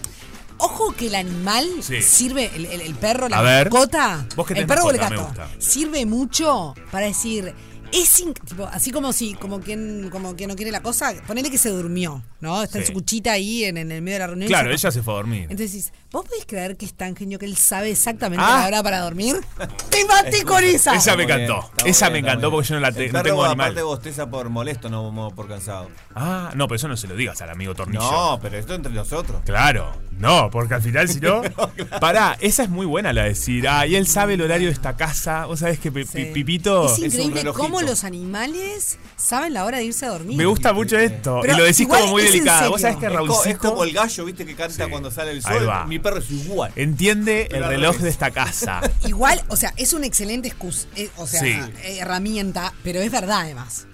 S1: Ojo que el animal sirve, el, el- el perro, la
S2: A ver.
S1: mascota.
S2: Vos que
S1: el
S2: tenés
S1: perro o el
S2: mascota, me
S1: gato. Sirve mucho para decir. Es inc- tipo, así como si, como quien, como que no quiere la cosa, ponele que se durmió, ¿no? Está en
S2: Sí.
S1: su cuchita ahí en, en el medio de la reunión. y
S2: Claro,
S1: se-
S2: ella se fue a dormir.
S1: Entonces, dices, ¿vos podés creer que es tan genio que él sabe exactamente
S2: Ah.
S1: la hora para dormir? ¡Te maté con esa!
S2: Esa me
S10: Está muy
S2: encantó.
S10: bien, está muy
S2: Esa
S10: bien,
S2: me
S10: está
S2: encantó
S10: muy
S2: porque yo no la
S10: bien.
S2: te-
S10: El
S2: no
S10: perro,
S2: tengo animal.
S10: Aparte bosteza por molesto, no mo- por cansado.
S2: Ah, no, pero eso no se lo digas al amigo Tornillo.
S10: No, pero esto entre nosotros.
S2: Claro, no, porque al final si no... Pará, esa es muy buena la de decir. Ah, y él sabe el horario de esta casa. Vos sabés que Pi- Pi- Pipito...
S1: Es increíble cómo los animales saben la hora de irse a dormir.
S2: Me gusta mucho esto.
S1: Pero
S2: y lo decís
S1: igual
S2: como muy
S1: es en
S2: delicado. Vos sabés
S1: serio.
S2: que
S10: Es co-
S2: Raúlcito...
S10: Es como el gallo, viste, que canta cuando sale el
S2: Ahí
S10: sol.
S2: va. Eh.
S10: Mi perro es igual.
S2: Entiende
S10: Pero
S2: el
S10: al
S2: reloj
S10: revés.
S2: de esta casa.
S1: Igual, o sea, es una excelente excusa, eh, o sea,
S2: Sí.
S1: eh, herramienta, pero es verdad además.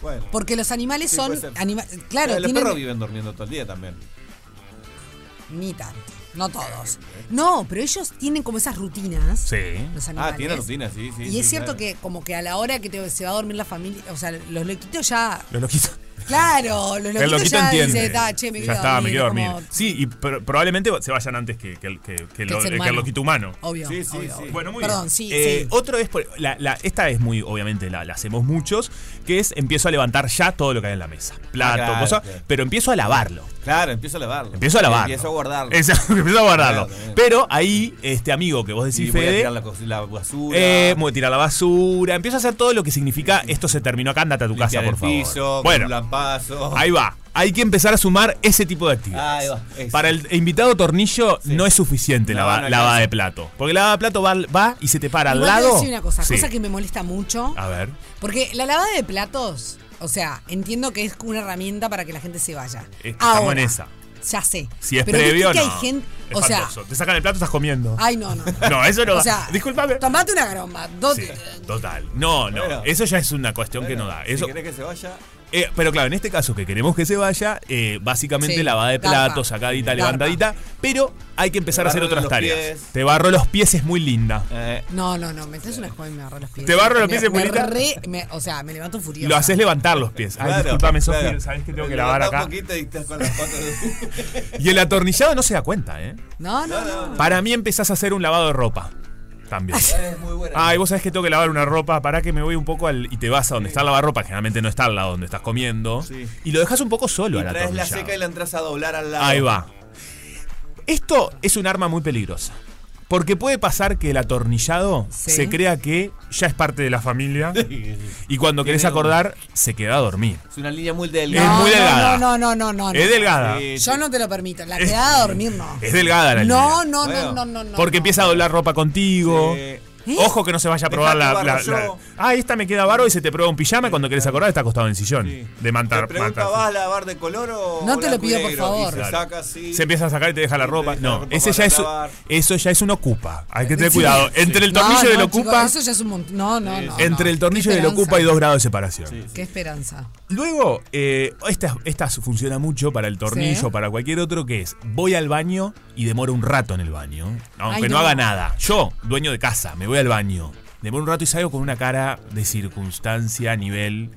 S10: Bueno.
S1: Porque los animales
S10: Sí,
S1: son
S10: puede ser.
S1: anima- claro,
S10: Pero los
S1: tienen
S10: perros viven durmiendo todo el día también.
S1: ni tanto, no todos. No, pero ellos tienen como esas rutinas. Los
S10: Ah,
S1: animales.
S10: tiene rutina, sí, sí.
S1: y es cierto que como que a la hora que te- se va a dormir la familia, o sea, los loquitos ya,
S2: Los loquitos.
S1: claro, los loquitos
S2: el loquito
S1: ya
S2: entiende.
S1: dicen, "Ah, che, me
S2: ya
S1: quiero
S2: está, me
S1: dormir",
S2: quiero dormir.
S1: como-
S2: Sí, y pro- probablemente se vayan antes que, que el- que- que
S1: el
S2: lo-
S1: ser
S2: que el
S1: humano.
S2: loquito humano.
S1: Obvio.
S10: Sí, sí, sí.
S2: Bueno, muy
S1: Perdón,
S2: bien.
S1: sí,
S2: Eh,
S1: sí.
S2: Otro es, por- la- la- esta es muy, obviamente la, la hacemos muchos, que es empiezo a levantar ya todo lo que hay en la mesa. Plato,
S10: Ah, claro,
S2: cosa,
S10: claro.
S2: pero empiezo a lavarlo.
S10: Claro, empiezo a lavarlo.
S2: Empiezo a lavarlo.
S10: Empiezo a guardarlo.
S2: Exacto, empiezo a guardarlo.
S10: Claro, también.
S2: Pero ahí, este amigo que vos decís,
S10: Y voy a
S2: Fede,
S10: tirar la, cos- la basura.
S2: eh, voy a tirar la basura, empiezo a hacer todo lo que significa esto se terminó acá, andate a tu casa,
S10: limpiar
S2: por
S10: el
S2: favor.
S10: piso,
S2: bueno,
S10: con un lampazo.
S2: Ahí va. Hay que empezar a sumar ese tipo de actividades.
S10: Ahí va, eso.
S2: Para el invitado tornillo no es suficiente
S10: No,
S2: la va-
S10: no
S2: lavada
S10: alcanza.
S2: de plato. Porque la lavada de plato va, va y se te para
S1: Igual te
S2: al
S1: voy a
S2: lado.
S1: decir una cosa,
S2: Sí. Ah.
S1: cosa que me molesta mucho,
S2: A ver.
S1: porque la lavada de platos, o sea, entiendo que es una herramienta para que la gente se vaya.
S2: Estamos
S1: Ahora,
S2: en esa.
S1: Ya sé.
S2: Si es
S1: Pero viste
S2: previo,
S1: que
S2: no.
S1: hay gente, o sea,
S2: Espantoso. te sacan el plato, estás comiendo.
S1: ay no, no.
S2: No, eso no
S1: O
S2: da.
S1: sea,
S2: disculpame.
S1: Tomate una garomba. dos-
S2: Sí, total. No, no.
S10: Bueno.
S2: eso ya es una cuestión que no da. Eso,
S10: Si querés que se vaya,
S2: Eh, pero claro, en este caso que queremos que se vaya, eh, básicamente
S10: Sí,
S2: lavada de
S10: garpa.
S2: platos, sacadita,
S10: Sí.
S2: levantadita, pero hay que empezar
S10: Te
S2: a hacer
S10: barro
S2: otras
S10: los
S2: tareas.
S10: pies.
S2: Te barro los pies es muy linda.
S1: No, no, no, me traes una joven y me agarro los pies.
S2: Te barro los
S1: Me-
S2: pies de
S1: me
S2: pulita.
S1: re- me- O sea, me levanto furioso.
S2: Lo haces levantar los pies. Ay,
S10: Claro,
S2: disculpame, Sofía,
S10: claro.
S2: sabes que tengo que
S10: Te
S2: lavar
S10: levantás
S2: acá.
S10: un poquito y estás con las patas de-
S2: Y el atornillado no se da cuenta, ¿eh?
S1: No, no, no.
S2: Para mí empezás a hacer un lavado de ropa. También.
S10: Es muy buena.
S2: Ay, vos sabés que tengo que lavar una ropa, para que me voy un poco al. y te vas a donde está el lavarropa, generalmente no está al lado donde estás comiendo. Y lo dejas un poco solo
S10: Y
S2: al
S10: traes la
S2: atornillado.
S10: seca y la entras a doblar al lado.
S2: Ahí va. Esto es un arma muy peligrosa. Porque puede pasar que el atornillado
S10: Sí.
S2: se crea que ya es parte de la familia. Y cuando querés
S10: Tiene un-
S2: acordar, se queda a dormir.
S10: Es una línea muy
S2: Es
S10: delgada.
S2: muy delgada.
S1: No, no, no,
S10: Ah,
S1: no, no.
S2: Es delgada. Sí,
S1: Yo no te lo permito. La quedada a dormir no.
S2: Es delgada la
S1: No,
S2: línea.
S1: no, no, no, no, no. ¿Eh?
S2: Porque empieza a doblar ropa contigo. Ojo que no se vaya a probar
S10: Dejá
S2: la,
S10: que
S2: la-
S10: barro
S2: la-
S10: yo.
S2: Ah, esta me queda varo y se te prueba un pijama. y Cuando querés acordar, está acostado en el sillón. De manta.
S10: Pregunta,
S2: manta-
S10: ¿vas a lavar de color o.?
S1: No te lo
S10: blanco y
S1: pido, por
S10: negro?
S1: favor.
S10: Y se
S2: Claro.
S10: saca así.
S2: Se empieza a sacar y te deja la ropa. No,
S10: ropa
S2: ese
S10: para
S2: ya es,
S10: lavar.
S2: eso ya es un ocupa. Hay que tener
S1: Sí.
S2: cuidado. Entre el tornillo
S1: no,
S2: del
S1: no,
S2: ocupa.
S1: chicos, eso ya es un montón. No, no, no.
S2: Entre
S1: no.
S2: el tornillo
S1: Qué
S2: y el
S1: esperanza.
S2: ocupa hay dos grados de separación.
S1: Qué esperanza.
S2: Luego, eh, esta, esta funciona mucho para el tornillo,
S1: Sí.
S2: para cualquier otro, que es voy al baño y demoro un rato en el baño. Aunque
S1: Ay,
S2: no.
S1: no.
S2: haga nada. Yo, dueño de casa, me voy al baño. Demoro un rato y salgo con una cara de circunstancia, nivel.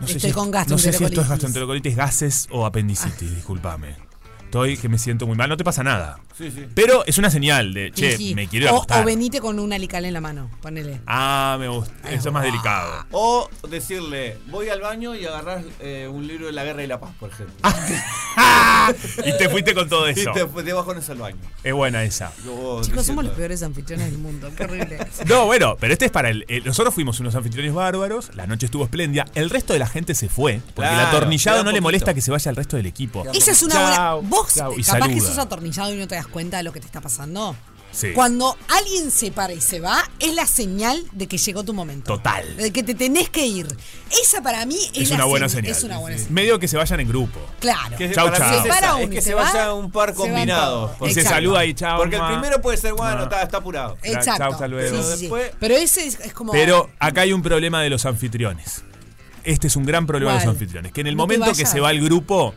S2: No sé,
S1: Estoy
S2: si,
S1: con
S2: no sé si esto es
S1: gastroenterocolitis.
S2: gastroenterocolitis, gases o apendicitis, discúlpame. estoy, que me siento muy mal, no te pasa nada.
S10: Sí, sí.
S2: Pero es una señal de, che,
S1: Fingí.
S2: me quiero ir a
S1: o,
S2: acostar.
S1: o venite con un alical en la mano, ponele.
S2: Ah, me gusta. Eso es más delicado.
S10: O decirle, voy al baño y agarrás eh, un libro de la guerra y la paz, por ejemplo.
S2: Y te fuiste con todo Ah, eso.
S10: Y te, te vas con eso al baño.
S2: Es buena esa.
S1: Chicos, somos los peores anfitriones del mundo. Qué horrible.
S2: No, bueno, pero este es para el. eh, nosotros fuimos unos anfitriones bárbaros, la noche estuvo espléndida, el resto de la gente se fue, porque el
S10: Claro,
S2: atornillado
S10: queda
S2: no le
S10: poquito.
S2: molesta que se vaya el resto del equipo.
S1: Esa es una
S2: Chau,
S1: buena. Vos,
S2: chau, y
S1: capaz que
S2: saluda.
S1: sos atornillado y no te das cuenta de lo que te está pasando.
S2: Sí.
S1: Cuando alguien se para y se va, es la señal de que llegó tu momento.
S2: Total.
S1: De que te tenés que ir. Esa para mí es,
S2: Es
S1: la
S2: una buena
S1: se-
S2: señal.
S1: Es una buena
S2: Sí.
S1: señal.
S2: Medio que se vayan en grupo.
S1: Claro.
S10: Que
S2: Chau,
S10: para mí
S2: chao.
S10: es
S1: Se para
S10: esa,
S1: uno
S10: es
S1: y
S10: que
S1: se
S10: se
S1: va,
S10: vaya un par
S1: se van
S10: combinado.
S1: todos.
S2: Y se saluda y chao.
S10: Porque el
S2: ma.
S10: primero puede ser, bueno,
S2: No.
S10: está, está apurado.
S1: Exacto.
S2: Chau, hasta luego.
S1: Sí, sí, sí.
S10: Después-
S1: Pero ese es, es como.
S2: Pero acá hay un problema de los anfitriones. Este es un gran problema de
S1: ¿Cuál?
S2: los anfitriones. Que en el
S1: No te
S2: momento que
S1: vayas.
S2: se va el grupo,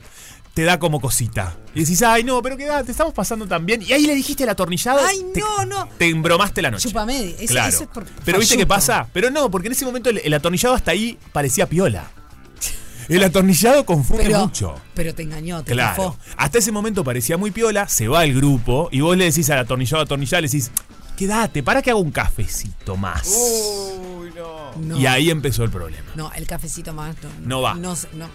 S2: te da como cosita. Y decís, ay, no, pero quedá, te estamos pasando tan bien. Y ahí le dijiste el atornillado.
S1: Ay,
S2: te-
S1: no, no.
S2: Te embromaste la noche.
S1: Chupame. Eso,
S2: claro.
S1: eso es por-
S2: Pero viste qué
S1: falluco.
S2: pasa. Pero no, porque en ese momento el, el atornillado hasta ahí parecía piola. El atornillado confunde
S1: Pero-
S2: mucho.
S1: Pero te engañó, te
S2: Claro.
S1: estafó.
S2: Hasta ese momento parecía muy piola, se va el grupo y vos le decís al atornillado, atornillado, le decís, quédate, para que haga un cafecito más.
S1: Oh. Eh.
S10: Uy, no.
S1: No,
S2: Y ahí empezó el problema.
S1: no, el cafecito más. No,
S2: No va.
S1: No, se- no,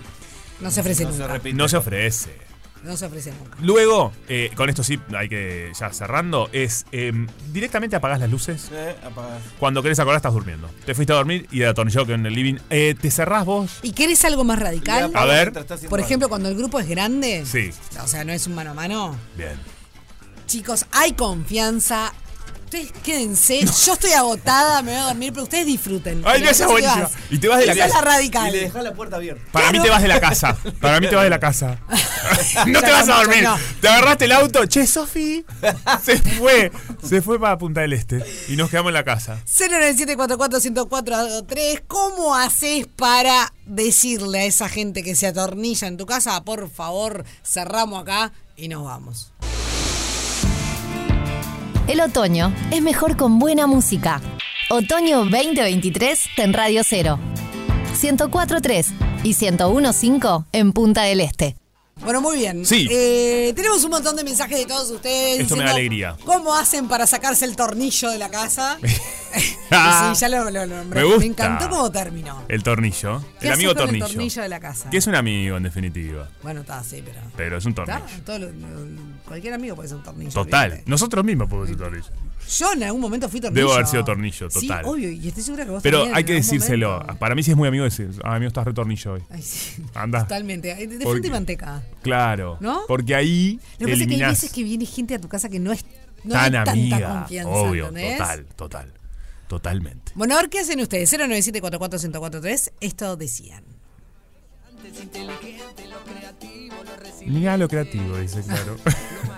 S1: no se ofrece
S10: No se
S1: nunca.
S10: repite.
S2: No se ofrece.
S1: no se ofrece nunca.
S2: Luego, eh, con esto sí, hay que ya cerrando, es eh, directamente apagás las luces.
S10: Eh, apagás.
S2: Cuando querés acordar estás durmiendo. Te fuiste a dormir y el atornillado que en el living. eh, te cerrás vos.
S1: ¿Y querés algo más radical?
S10: Le apagás
S2: ver.
S10: mientras estás haciendo
S1: Por
S10: algo.
S1: ejemplo, cuando el grupo es grande.
S2: Sí.
S1: O sea, no es un mano a mano.
S2: Bien.
S1: Chicos, hay confianza. Ustedes quédense. Yo estoy agotada, me voy a dormir, pero ustedes disfuten.
S2: Ay,
S1: Pero
S2: no, esa es
S1: vos te
S2: buenísima. Y te vas de la
S1: Esa es
S2: casa.
S1: la
S10: Y le
S1: radical.
S10: dejás la puerta abierta.
S2: Para mí te vas de la casa. Para mí te vas de la casa. No te
S1: Ya
S2: vas a
S1: mucho,
S2: dormir.
S1: no.
S2: Te agarraste el auto. Che, Sofi. Se fue. Se fue para Punta del Este. Y nos quedamos en la casa.
S1: 097441043. ¿Cómo haces para decirle a esa gente que se atornilla en tu casa, por favor, cerramos acá y nos vamos?
S6: El otoño es mejor con buena música. Otoño 2023 en Radio Cero. 104.3 y 101.5 en Punta del Este.
S1: Bueno, muy bien.
S2: Sí.
S1: Eh, tenemos un montón de mensajes de todos ustedes.
S2: Esto me da
S1: diciendo
S2: alegría.
S1: ¿Cómo hacen para sacarse el tornillo de la casa? Y sí, ya lo, lo- lo nombré.
S2: Me gusta.
S1: Me encantó cómo terminó.
S2: El tornillo.
S1: ¿Qué
S2: El
S1: haces
S2: amigo
S1: con
S2: tornillo.
S1: El tornillo de la casa.
S2: Que es un amigo, en definitiva.
S1: Bueno, está, sí, pero.
S2: Pero es un
S1: está,
S2: tornillo.
S1: todo lo- lo- cualquier amigo puede ser un tornillo.
S2: Total.
S1: ¿viste?
S2: Nosotros mismos podemos ser tornillo.
S1: Yo en algún momento fui tornillo.
S2: Debo haber sido tornillo, total.
S1: Sí, obvio, y estoy segura que vos
S2: Pero
S1: también,
S2: hay
S1: en
S2: que
S1: algún
S2: decírselo.
S1: momento.
S2: Para mí sí es muy amigo decir, ah, amigo, estás retornillo hoy.
S1: Ay, sí.
S2: Anda.
S1: Totalmente. De- De
S2: Porque-
S1: frente y manteca.
S2: Claro.
S1: ¿No?
S2: Porque ahí
S1: Lo que pasa es que hay
S2: eliminás
S1: veces que viene gente a tu casa que no es. No hay
S2: tan
S1: tanta
S2: amiga.
S1: confianza,
S2: Obvio,
S1: ¿entendés?
S2: total, total. Totalmente.
S1: Bueno, a ver qué hacen ustedes. 097-44143. Esto decían.
S2: Mira lo creativo, dice, claro.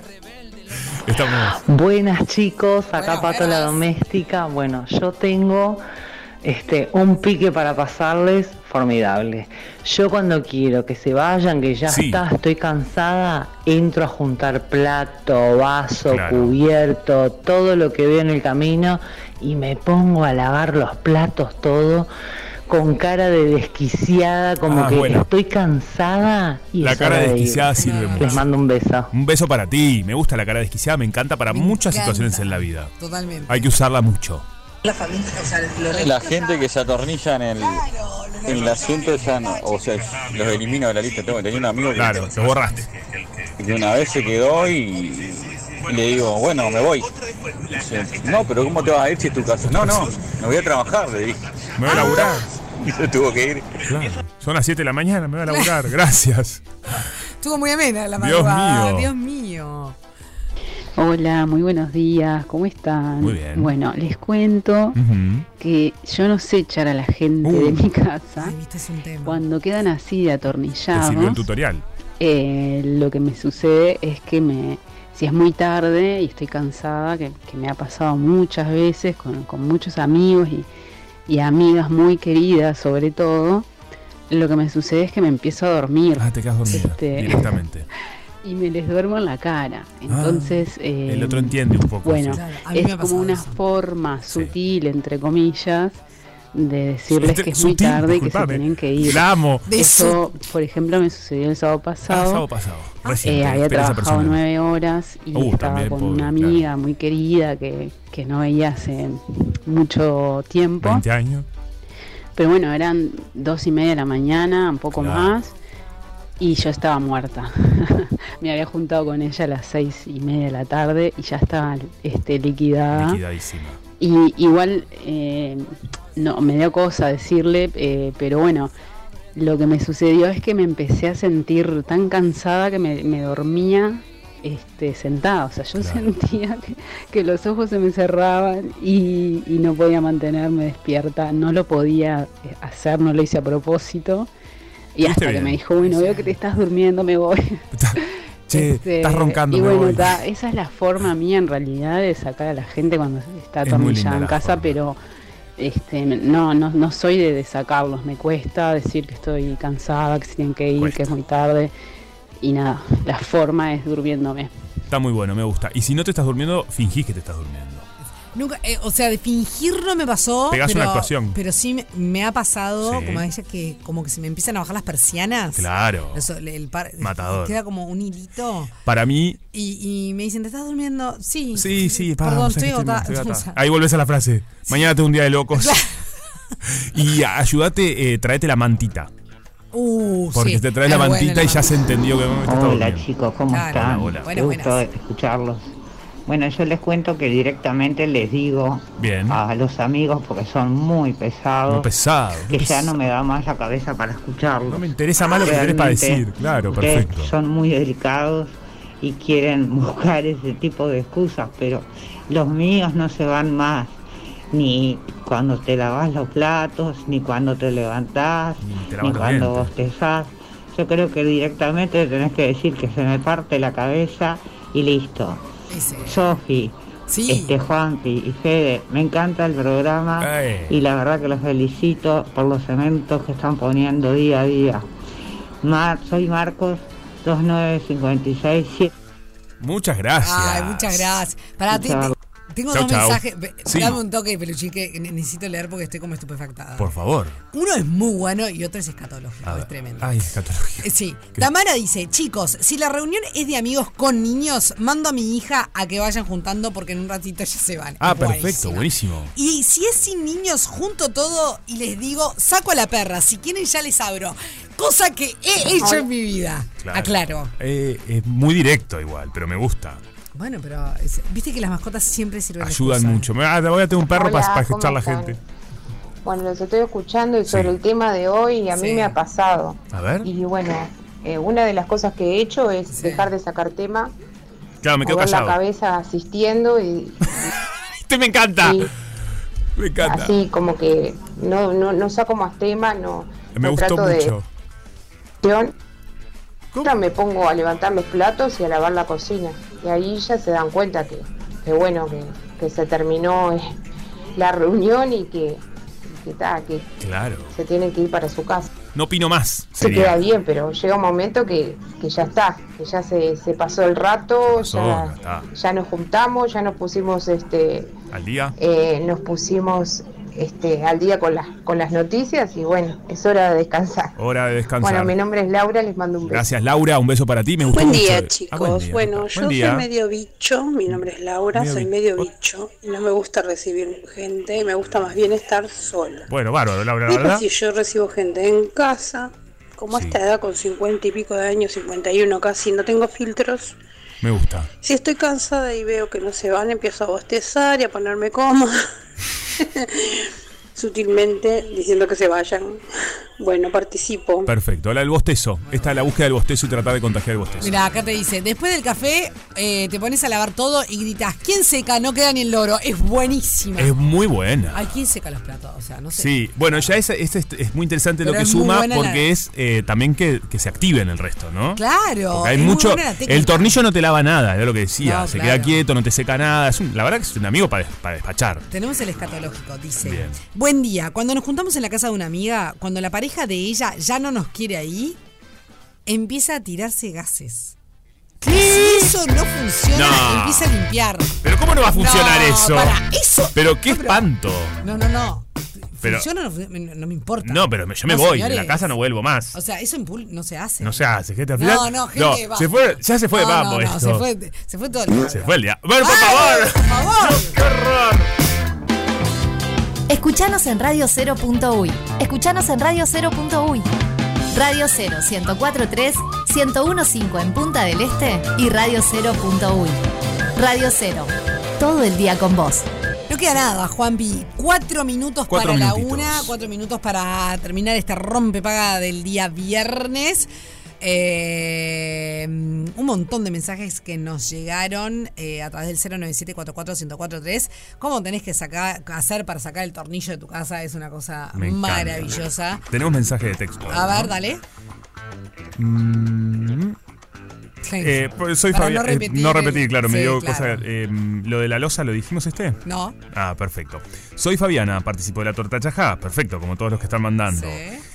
S2: Estamos.
S11: Buenas chicos, acá
S1: Buenas,
S11: Pato la
S1: buenas.
S11: Doméstica. Bueno, yo tengo este un pique para pasarles formidable. Yo cuando quiero que se vayan, que ya
S2: Sí.
S11: está, estoy cansada, entro a juntar plato, vaso,
S2: Claro.
S11: cubierto, todo lo que veo en el camino y me pongo a lavar los platos todo con cara de desquiciada, como
S2: Ah,
S11: que
S2: bueno.
S11: estoy cansada y
S2: La
S11: es
S2: cara
S11: hora de ir.
S2: desquiciada sirve
S11: Les
S2: mucho.
S11: mando un beso.
S2: Un beso para ti. Me gusta la cara desquiciada, me encanta para
S1: Me
S2: muchas
S1: encanta.
S2: situaciones en la vida.
S1: Totalmente.
S2: Hay que usarla mucho.
S12: La gente que se atornilla en el, en el asiento ya no- o sea, los elimino de la lista. Tengo, tenía un amigo que,
S2: Claro, te borraste.
S12: que una vez se quedó y, y le digo, bueno, me voy. Dice, no, pero ¿cómo te vas a ir si es tu casa? No, no, me voy a trabajar, le dije.
S2: Me voy a laburar.
S12: Y se tuvo que ir.
S2: Claro. Son las 7 de la mañana, me voy a laburar. Gracias.
S1: Estuvo muy amena la
S2: Dios
S1: madrugada.
S2: mío.
S1: Dios mío.
S13: Hola, muy buenos días, ¿cómo están?
S2: Muy bien.
S13: Ah, Bueno, les cuento
S2: Ujú.
S13: que yo no sé echar a la gente
S2: Uh.
S13: de mi casa.
S1: Este es un tema.
S13: ¿Ah? Cuando quedan
S2: Te
S13: así de
S2: sirvió el
S13: atornillados,
S2: tutorial.
S13: eh, lo que me sucede es que me, si es muy tarde y estoy cansada, que, que me ha pasado muchas veces con, con muchos amigos y, y amigas muy queridas sobre todo, lo que me sucede es que me empiezo a dormir
S2: Ah, te quedas dormida.
S13: Este.
S2: Directamente. Ah,
S13: y me les duermo en la cara. Entonces, eh,
S2: El otro entiende un poco.
S13: Bueno,
S2: sí.
S1: Claro, a mí me
S13: es
S1: ha
S13: como
S1: pasado
S13: una
S1: eso.
S13: forma sutil, entre comillas, de decirles
S2: Este-
S13: que es muy
S2: sutil,
S13: tarde y que se
S2: disculpame.
S13: tienen que ir.
S2: La amo.
S13: Eso, por ejemplo, me sucedió el sábado pasado.
S2: Ah, el sábado pasado. Reciente,
S13: Eh, había
S2: experiencia
S13: trabajado
S2: personal.
S13: nueve horas y
S2: Uh,
S13: estaba
S2: también,
S13: con
S2: pobre,
S13: una amiga muy querida que, que no veía hace mucho tiempo.
S2: 20 años.
S13: Pero bueno, eran dos y media de la mañana, un poco
S2: Claro.
S13: más, y yo estaba muerta. Me había juntado con ella a las seis y media de la tarde y ya estaba este, liquidada.
S2: Liquidadísima.
S13: Y igual, eh, no, me dio cosa decirle, eh, pero bueno, lo que me sucedió es que me empecé a sentir tan cansada que me, me dormía este, sentada. O sea, yo sentía que, que los ojos se me cerraban y, y no podía mantenerme despierta. No lo podía eh, hacer, no lo hice a propósito. Y
S2: Estuviste
S13: hasta que
S2: bien.
S13: me dijo, bueno, veo que te estás durmiendo, me voy.
S2: Che,
S13: Este,
S2: estás roncando,
S13: Y
S2: me
S13: bueno,
S2: voy.
S13: ta, esa es la forma mía en realidad de sacar a la gente cuando está
S2: Es muy linda
S13: atornillada en
S2: la
S13: casa, pero este, no, no, no soy de, de sacarlos. Me cuesta decir que estoy cansada, que se tienen que ir, que es muy tarde. Y nada, la forma es durmiéndome.
S2: Está muy bueno, me gusta. Y si no te estás durmiendo, fingís que te estás durmiendo.
S1: Nunca, eh, o sea, de fingir no me pasó.
S2: Pegás
S1: pero,
S2: una actuación.
S1: Pero sí me, me ha pasado,
S2: Sí.
S1: como a ella, que como que se me empiezan a bajar las persianas.
S2: Claro.
S1: Eso, el- el par-
S2: Matador.
S1: Queda como un hilito.
S2: Para mí.
S1: Y, y me dicen, ¿te estás durmiendo? Sí.
S2: Sí, sí, para,
S1: Perdón,
S2: pues es que
S1: estoy
S2: estoy-
S1: agotada.
S2: estoy agotada.
S1: O sea,
S2: Ahí volvés a la frase. Mañana tengo un día de locos. y ayúdate, eh, tráete la mantita.
S1: Uh,
S2: Porque
S1: sí.
S2: te traes la
S1: Es buena
S2: mantita y ya se entendió que no, está todo
S14: Hola
S2: bien.
S14: chicos, ¿cómo
S2: Claro.
S14: están?
S2: Hola, hola.
S14: Qué
S2: Buenas,
S14: gusto escucharlos. Bueno, yo les cuento que directamente les digo a los amigos, porque son muy pesados,
S2: Muy pesado,
S14: que
S2: muy
S14: ya
S2: pesado.
S14: no me da más la cabeza para escucharlos.
S2: No me interesa más lo que tenés para
S14: Realmente,
S2: decir, claro,
S14: ustedes
S2: perfecto.
S14: Son muy delicados y quieren buscar ese tipo de excusas, pero los míos no se van más. Ni cuando te lavas los platos, ni cuando te levantás,
S2: te
S14: ni
S2: lavas los
S14: cuando
S2: dientes.
S14: bostezás. Yo creo que directamente tenés que decir que se me parte la cabeza y listo. Sofi, este Juanpi y Fede, me encanta el programa
S2: Ay.
S14: y la verdad que los felicito por los cementos que están poniendo día a día. Mar- soy Marcos 29567.
S2: Muchas gracias.
S1: Ay, muchas gracias. Pará, te-
S14: Chao.
S1: te- tengo
S2: Chau,
S1: dos
S2: chau.
S1: mensajes. Ve-
S2: Sí.
S1: Dame un toque, peluchín, que ne- necesito leer porque estoy como estupefactada.
S2: Por favor.
S1: Uno es muy bueno y otro es escatológico.
S2: A
S1: es
S2: ver.
S1: tremendo.
S2: Ay, escatología.
S1: Eh, Sí, Tamara dice, chicos, si la reunión es de amigos con niños, mando a mi hija a que vayan juntando porque en un ratito ya se van.
S2: Ah,
S1: Buenísimo.
S2: perfecto, buenísimo.
S1: Y si es sin niños, junto todo y les digo, saco a la perra, si quieren ya les abro. Cosa que he hecho en mi vida.
S2: Claro.
S1: Aclaro.
S2: Eh, es muy directo igual, pero me gusta.
S1: Bueno, pero es- viste que las mascotas siempre sirven. de
S2: Ayudan
S1: excusa.
S2: mucho. Me- Ah, te voy a tener un perro
S15: Hola,
S2: para, para
S15: ¿cómo
S2: escuchar a la
S15: están?
S2: gente.
S15: Bueno, los estoy escuchando y sobre el tema de hoy a mí me ha pasado.
S2: A ver.
S15: Y bueno, eh, una de las cosas que he hecho es dejar de sacar tema,
S2: Claro, me quedo
S15: mover la
S2: callado.
S15: cabeza asistiendo y
S2: Este me encanta. Me encanta.
S15: así como que no, no, no saco más tema, no,
S2: me
S15: no
S2: gustó
S15: trato de
S2: mucho.
S15: acción. Ahora me pongo a levantar los platos y a lavar la cocina. Y ahí ya se dan cuenta que, que bueno, que, que se terminó eh, la reunión y que, que, ta, que
S2: Claro.
S15: se tienen que ir para su casa.
S2: No opino más.
S15: se queda
S2: Sería.
S15: bien, pero llega un momento que, que ya está, que ya se, se pasó el rato,
S2: Pasó, ya
S15: ya,
S2: está.
S15: ya nos juntamos, ya nos pusimos este,
S2: Al día.
S15: eh, nos pusimos este, al día con las con las noticias y bueno, es hora de descansar.
S2: Hora de
S15: Bueno,
S2: descansar.
S15: mi nombre es Laura, les mando un beso.
S2: Gracias, Laura. Un beso para ti. Me gustó
S16: Buen
S2: mucho.
S16: día,
S2: Ah,
S16: chicos.
S2: buen día.
S16: bueno,
S2: Buen
S16: yo
S2: día.
S16: soy medio bicho. Mi nombre es Laura,
S2: Medio
S16: soy
S2: bi-
S16: medio bicho. y No me gusta recibir gente, me gusta más bien estar sola.
S2: Bueno, bárbaro, Laura, la
S16: Pero
S2: verdad.
S16: si yo recibo gente en casa, como a esta edad con 50 y pico de años, 51 casi, no tengo filtros.
S2: Me gusta.
S16: Si estoy cansada y veo que no se van, empiezo a bostezar y a ponerme cómoda. Sutilmente diciendo que se vayan. Bueno, participo.
S2: Perfecto. Ahora el bostezo. Esta es la búsqueda del bostezo y tratar de contagiar el bostezo.
S1: Mira, acá te dice, después del café eh, te pones a lavar todo y gritas, ¿quién seca? No queda ni el loro. Es buenísima.
S2: Es muy buena.
S1: Ay, ¿quién seca los platos? O sea, no sé.
S2: Sí, bueno, ya es, es, es muy interesante lo
S1: Pero
S2: que
S1: es muy
S2: suma
S1: buena la-
S2: porque es eh, también que, que se activen el resto, ¿no?
S1: Claro.
S2: Porque hay
S1: es muy
S2: mucho.
S1: buena la técnica.
S2: El tornillo no te lava nada, era lo que decía.
S1: No,
S2: se
S1: claro.
S2: queda quieto, no te seca nada. Es un- la verdad que es un amigo para, des- para despachar.
S1: Tenemos el escatológico, dice.
S2: Bien.
S1: Buen día. Cuando nos juntamos en la casa de una amiga, cuando la pareja de ella ya no nos quiere ahí, empieza a tirarse gases. Si eso no funciona,
S2: No.
S1: empieza a limpiar.
S2: Pero ¿cómo no va a funcionar
S1: No,
S2: eso?
S1: para, eso-
S2: Pero qué espanto.
S1: No, no, no.
S2: Pero,
S1: funciona o no, fun- no, no me importa.
S2: no, pero me- yo me
S1: No,
S2: voy, de la
S1: señores.
S2: casa no vuelvo más.
S1: O sea, eso en pool no se hace.
S2: No se hace, gente. Al
S1: No,
S2: final,
S1: no, gente, va.
S2: se fue, ya se fue de
S1: No,
S2: mambo
S1: no, no,
S2: esto.
S1: se fue, se fue todo el
S2: Se fue el día. ¡Ver, por
S1: ¡Ay,
S2: favor!
S6: Escuchanos en Radio 0.uy. Escuchanos en Radio 0.uy. Radio 0 1043 1015 en Punta del Este y Radio 0.uy. Radio 0. Todo el día con vos.
S1: No queda nada, Juanpi. Cuatro minutos
S6: Cuatro
S1: para
S6: minutitos.
S1: la una, cuatro minutos para terminar esta rompepaga del día viernes. Eh, un montón de mensajes que nos llegaron eh, a través del 097-44-1043. ¿Cómo tenés que sacar, hacer para sacar el tornillo de tu casa? Es una cosa
S2: Me encanta.
S1: maravillosa.
S2: Tenemos mensaje de texto.
S1: A ver, dale.
S2: Mm. Eh, pues soy
S1: Para
S2: Fabián.
S1: no
S2: eh,
S1: repetir
S2: no
S1: el-
S2: repetir, claro, me
S1: Sí,
S2: dio
S1: claro.
S2: cosa. eh, lo de la losa, ¿lo dijimos este?
S1: No.
S2: Ah, perfecto. Soy Fabiana, participo de la torta chajá. Perfecto, como todos los que están mandando.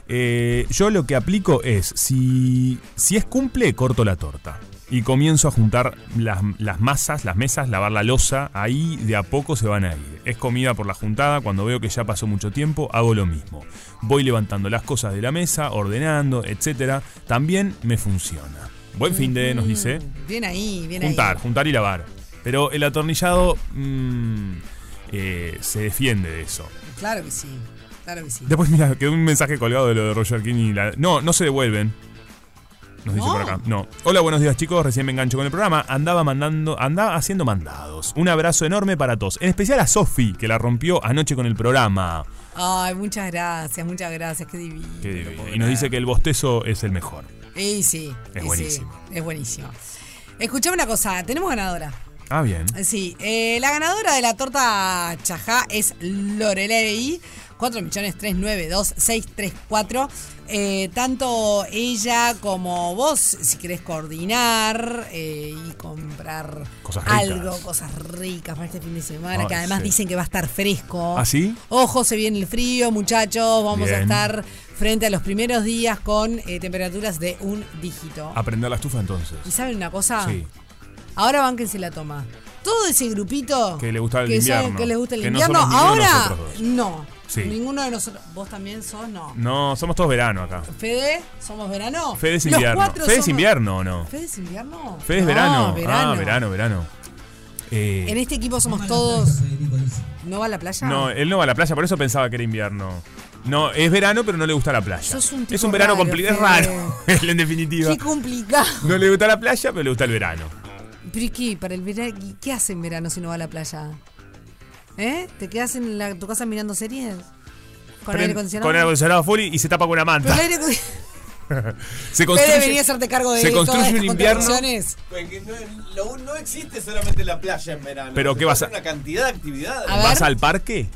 S2: Eh, yo lo que aplico es, si, si es cumple, corto la torta. Y comienzo a juntar las, las masas, las mesas, lavar la losa. Ahí de a poco se van a ir. Es comida por la juntada. Cuando veo que ya pasó mucho tiempo, hago lo mismo. Voy levantando las cosas de la mesa, ordenando, etc. También me funciona. Buen fin de, nos dice.
S1: Bien ahí, bien
S2: Juntar,
S1: ahí.
S2: juntar y lavar. Pero el atornillado mm, eh, se defiende de eso.
S1: Claro que sí. Claro que sí.
S2: Después, mira, quedó un mensaje colgado de lo de Roger King y la. No, no se devuelven. Nos dice
S1: No.
S2: por acá. No. Hola, buenos días, chicos. Recién me engancho con el programa. Andaba mandando, andaba haciendo mandados. Un abrazo enorme para todos. En especial a Sofi, que la rompió anoche con el programa.
S1: Ay, muchas gracias, muchas gracias. Qué divino.
S2: Qué divino. y nos dice que el bostezo es el mejor.
S1: Y sí.
S2: Es
S1: y sí,
S2: buenísimo.
S1: es buenísimo. Escuchame una cosa, tenemos ganadora.
S2: Ah, bien.
S1: Sí, eh, la ganadora de la torta chajá es Lorelei. 4.392.634. Eh, tanto ella como vos, si querés coordinar eh, y comprar
S2: Cosas ricas.
S1: algo, cosas ricas para este fin de semana,
S2: Ay,
S1: que además
S2: sí.
S1: dicen que va a estar fresco.
S2: ¿Ah, sí?
S1: Ojo, se viene el frío, muchachos. Vamos a
S2: Bien.
S1: estar frente a los primeros días con eh, temperaturas de un dígito.
S2: Aprender la estufa entonces.
S1: ¿Y saben una cosa?
S2: Ah. Sí.
S1: Ahora bánquense la toma. Todo ese grupito
S2: Que le gustaba el
S1: que sabe
S2: invierno.
S1: que les gusta el
S2: Que no
S1: invierno,
S2: somos ninguno de
S1: ahora
S2: nosotros
S1: no.
S2: Sí.
S1: Ninguno de nosotros. Vos también sos, no.
S2: No, somos todos verano acá.
S1: Fede, somos verano.
S2: Fede es
S1: Los
S2: invierno.
S1: cuatro
S2: Fede es
S1: somos-
S2: invierno o no.
S1: Fede es invierno.
S2: Fede es
S1: No,
S2: verano. Ah, verano, verano. Eh,
S1: En este equipo somos todos. ¿No va a la playa?
S2: No, eh, él no va a la playa, por eso pensaba que era invierno. No, es verano, pero no le gusta la playa.
S1: Sos un tipo
S2: es un verano
S1: raro,
S2: complicado, es
S1: Fede.
S2: raro, en definitiva.
S1: Qué complicado.
S2: No le gusta la playa, pero le gusta el verano.
S1: Pero ¿y qué? Para el verano, ¿Qué hace en verano si no va a la playa? ¿Eh? ¿Te quedas en la- tu casa mirando series? ¿Con
S2: Prend-
S1: aire acondicionado?
S2: Con aire acondicionado full y y se tapa con una
S1: Pero
S2: manta.
S1: el aire acon-
S2: se
S1: Fede, vení a hacerte cargo de
S2: se
S1: todas
S2: construye
S1: estas
S2: un invierno.
S1: contradicciones.
S10: Porque no, lo- no existe solamente la playa en verano.
S2: Pero
S10: Se
S2: ¿qué vas
S10: puede
S2: a-
S10: hacer Una cantidad de actividades.
S2: ¿Vas al parque?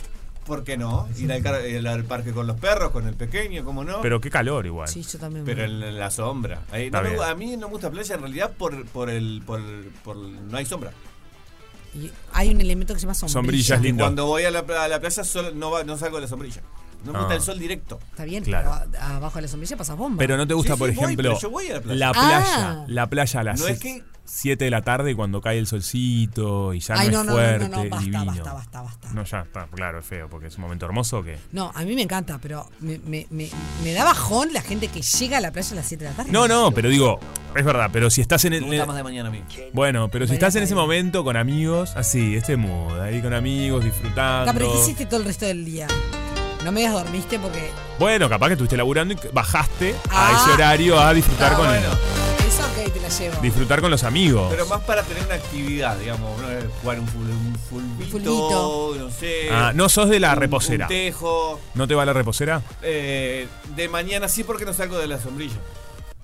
S10: ¿Por qué no? Ir al, car- el- al parque con los perros, con el pequeño, ¿cómo no?
S2: Pero qué calor igual.
S1: yo también.
S10: Pero en en la sombra. Ahí,
S2: Está
S10: no me
S2: bien.
S10: gu- a mí no me gusta playa en realidad por, por el. Por, por- no hay sombra.
S1: Y hay un elemento que se llama sombrilla.
S2: Sombrillas, lindo.
S10: Cuando voy a la, pla- a la playa solo, no, va- no salgo de la sombrilla. No me
S2: Ah.
S10: gusta el sol directo.
S1: Está bien,
S2: Claro.
S1: pero a- abajo de la sombrilla pasas bomba.
S2: Pero no te gusta,
S10: Sí, sí,
S2: por
S10: voy,
S2: ejemplo,
S10: pero yo voy a la playa.
S2: playa.
S1: Ah.
S2: La playa a las
S10: No es
S2: 7 de la tarde cuando cae el solcito y ya
S1: Ay,
S2: no,
S1: no,
S2: es
S1: no,
S2: fuerte,
S1: no, no, no, basta,
S2: divino.
S1: basta, basta,
S2: No, ya está, claro, es feo, porque es un momento hermoso que.
S1: No, a mí me encanta, pero me, me- me- me da bajón la gente que llega a la playa a las 7 de la tarde.
S2: No, no, pero digo, es verdad, pero si estás en el.
S10: gusta más de mañana a mí.
S2: Bueno, pero si
S1: Mañana
S2: estás en ese momento con amigos, así, este mood, ahí con amigos, disfrutando.
S1: Ah, pero ¿qué hiciste todo el resto del día? No me digas dormiste porque
S2: Bueno, capaz que estuviste laburando y bajaste
S1: Ah.
S2: a ese horario a
S10: Ah,
S2: disfrutar con
S1: eso ok, te la llevo.
S2: disfrutar con los amigos.
S10: Pero más para tener una actividad, digamos, ¿no? Eh, jugar un, ful- un fulbito,
S1: fulbito.
S10: no sé.
S2: Ah, no sos de la
S10: un-
S2: reposera.
S10: Un tejo.
S2: ¿No te va la reposera?
S10: Eh, de mañana sí porque no salgo de la sombrilla.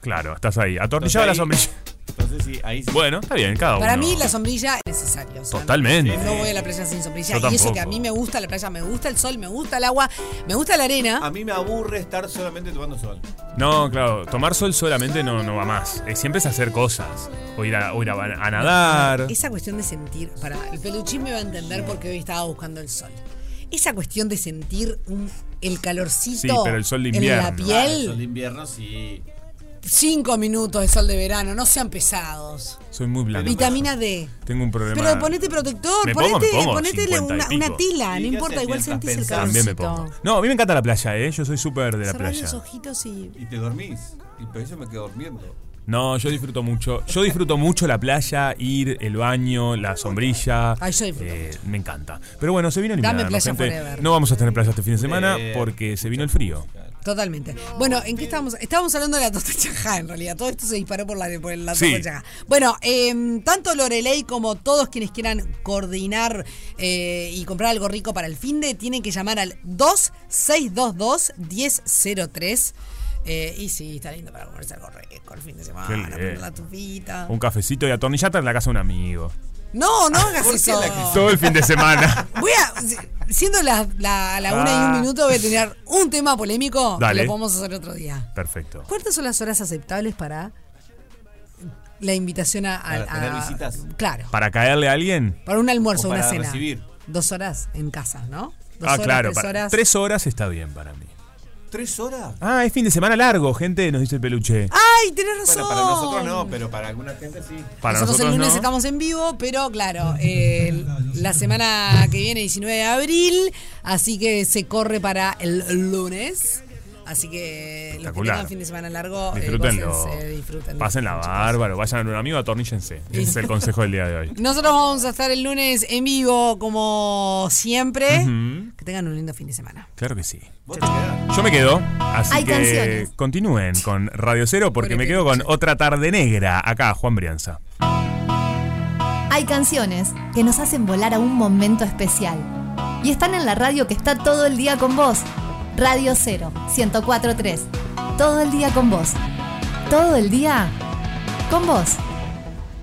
S2: Claro, estás ahí, atornillado a la sombrilla.
S10: Entonces Entonces sí, ahí sí.
S2: Bueno, está bien, cada uno.
S1: Para mí la sombrilla es necesaria. o sea,
S2: Totalmente.
S1: No voy a la playa sin sombrilla.
S2: Yo
S1: y eso
S2: tampoco.
S1: que a mí me gusta la playa, me gusta el sol, me gusta el agua, me gusta la arena.
S10: A mí me aburre estar solamente tomando sol.
S2: No, claro, tomar sol solamente no, no va más. Eh, siempre es hacer cosas. O ir a, o ir a, a nadar.
S1: Esa cuestión de sentir, para, el peluchín me va a entender porque hoy estaba buscando el sol. Esa cuestión de sentir un- el calorcito
S2: Sí, pero el sol de
S1: en
S2: invierno.
S1: la
S10: Ah, el
S1: piel.
S10: sol de invierno sí.
S1: Cinco minutos de sol de verano, no sean pesados.
S2: Soy muy blanco.
S1: Vitamina D.
S2: Tengo un problema.
S1: Pero ponete protector,
S2: Me pongo,
S1: ponete,
S2: me pongo,
S1: ponete
S2: 50 y
S1: una,
S2: pico.
S1: una tela,
S2: ¿Y
S1: no
S2: qué
S1: importa,
S2: haces
S1: igual
S2: mientras
S1: sentís el
S2: pensás? También
S1: calorcito.
S2: me pongo. No, a mí me encanta la playa, ¿eh? Yo soy súper de la
S1: Cerrá
S2: playa.
S1: los ojitos y
S10: Y te dormís. Y por eso me quedo durmiendo.
S2: No, yo disfruto mucho. Yo disfruto mucho la playa, ir, el baño, la sombrilla.
S1: Ay, yo disfruto.
S2: Eh, me encanta. Pero bueno, se vino el
S1: Dame
S2: invierno,
S1: playa
S2: gente.
S1: forever.
S2: No vamos a tener playa este fin de semana
S10: Eh,
S2: porque se vino el frío.
S1: Totalmente. Bueno, ¿en qué estábamos? Estábamos hablando de la torta chajá, en realidad. Todo esto se disparó por la, por la
S2: Sí.
S1: torta chajá. Bueno, eh, tanto Lorelei como todos quienes quieran coordinar eh, y comprar algo rico para el fin de, tienen que llamar al 2622-1003. Eh, y sí, está lindo para comerse algo rico el fin de semana.
S2: Qué
S1: poner
S2: lindo.
S1: la tupita.
S2: Un cafecito y atornillata en la casa de un amigo.
S1: No, no hagas
S2: ¿Por qué
S1: eso.
S2: Todo el fin de semana.
S1: Voy a. si- Siendo la, la, la una y
S2: Ah.
S1: un minuto, voy a tener un tema polémico. que
S2: Dale.
S1: Lo podemos hacer otro día.
S2: Perfecto.
S1: ¿Cuántas son las horas aceptables para la invitación a, a-
S2: Para tener
S1: a-
S2: visitas.
S1: Claro,
S2: ¿Para caerle a alguien?
S1: para un almuerzo,
S2: O
S1: una
S2: para
S1: cena.
S2: recibir.
S1: Dos horas en casa, ¿no? Dos
S2: ah,
S1: horas,
S2: claro.
S1: tres
S2: para-
S1: horas.
S2: tres horas está bien para mí.
S10: ¿Tres horas?
S2: Ah, es fin de semana largo, gente, nos dice el peluche.
S1: ¡Ay, tenés razón!
S10: Bueno, para nosotros no, pero para alguna gente sí.
S2: Para
S1: nosotros, el
S2: nosotros
S1: lunes
S2: no.
S1: estamos en vivo, pero claro, eh, la semana que viene, 19 de abril, así que se corre para el lunes. Así que los que
S2: Espectacular.
S1: tengan fin de semana largo, eh,
S2: Disfrútenlo.
S1: gócense, disfruten.
S2: Pásenla bárbaro, vayan a un amigo, atorníllense. Ese es el consejo del día de hoy.
S1: Nosotros vamos a estar el lunes en vivo, como siempre.
S2: Ujú.
S1: Que tengan un lindo fin de semana.
S2: Mm, Claro que sí. Yo me quedo, así
S1: Hay
S2: que
S1: canciones.
S2: continúen con Radio Cero porque me quedo con otra tarde negra acá, Juan Brianza.
S6: Hay canciones que nos hacen volar a un momento especial. Y están en la radio que está todo el día con vos. Radio 0, 1043. Todo el día con vos. Todo el día con vos.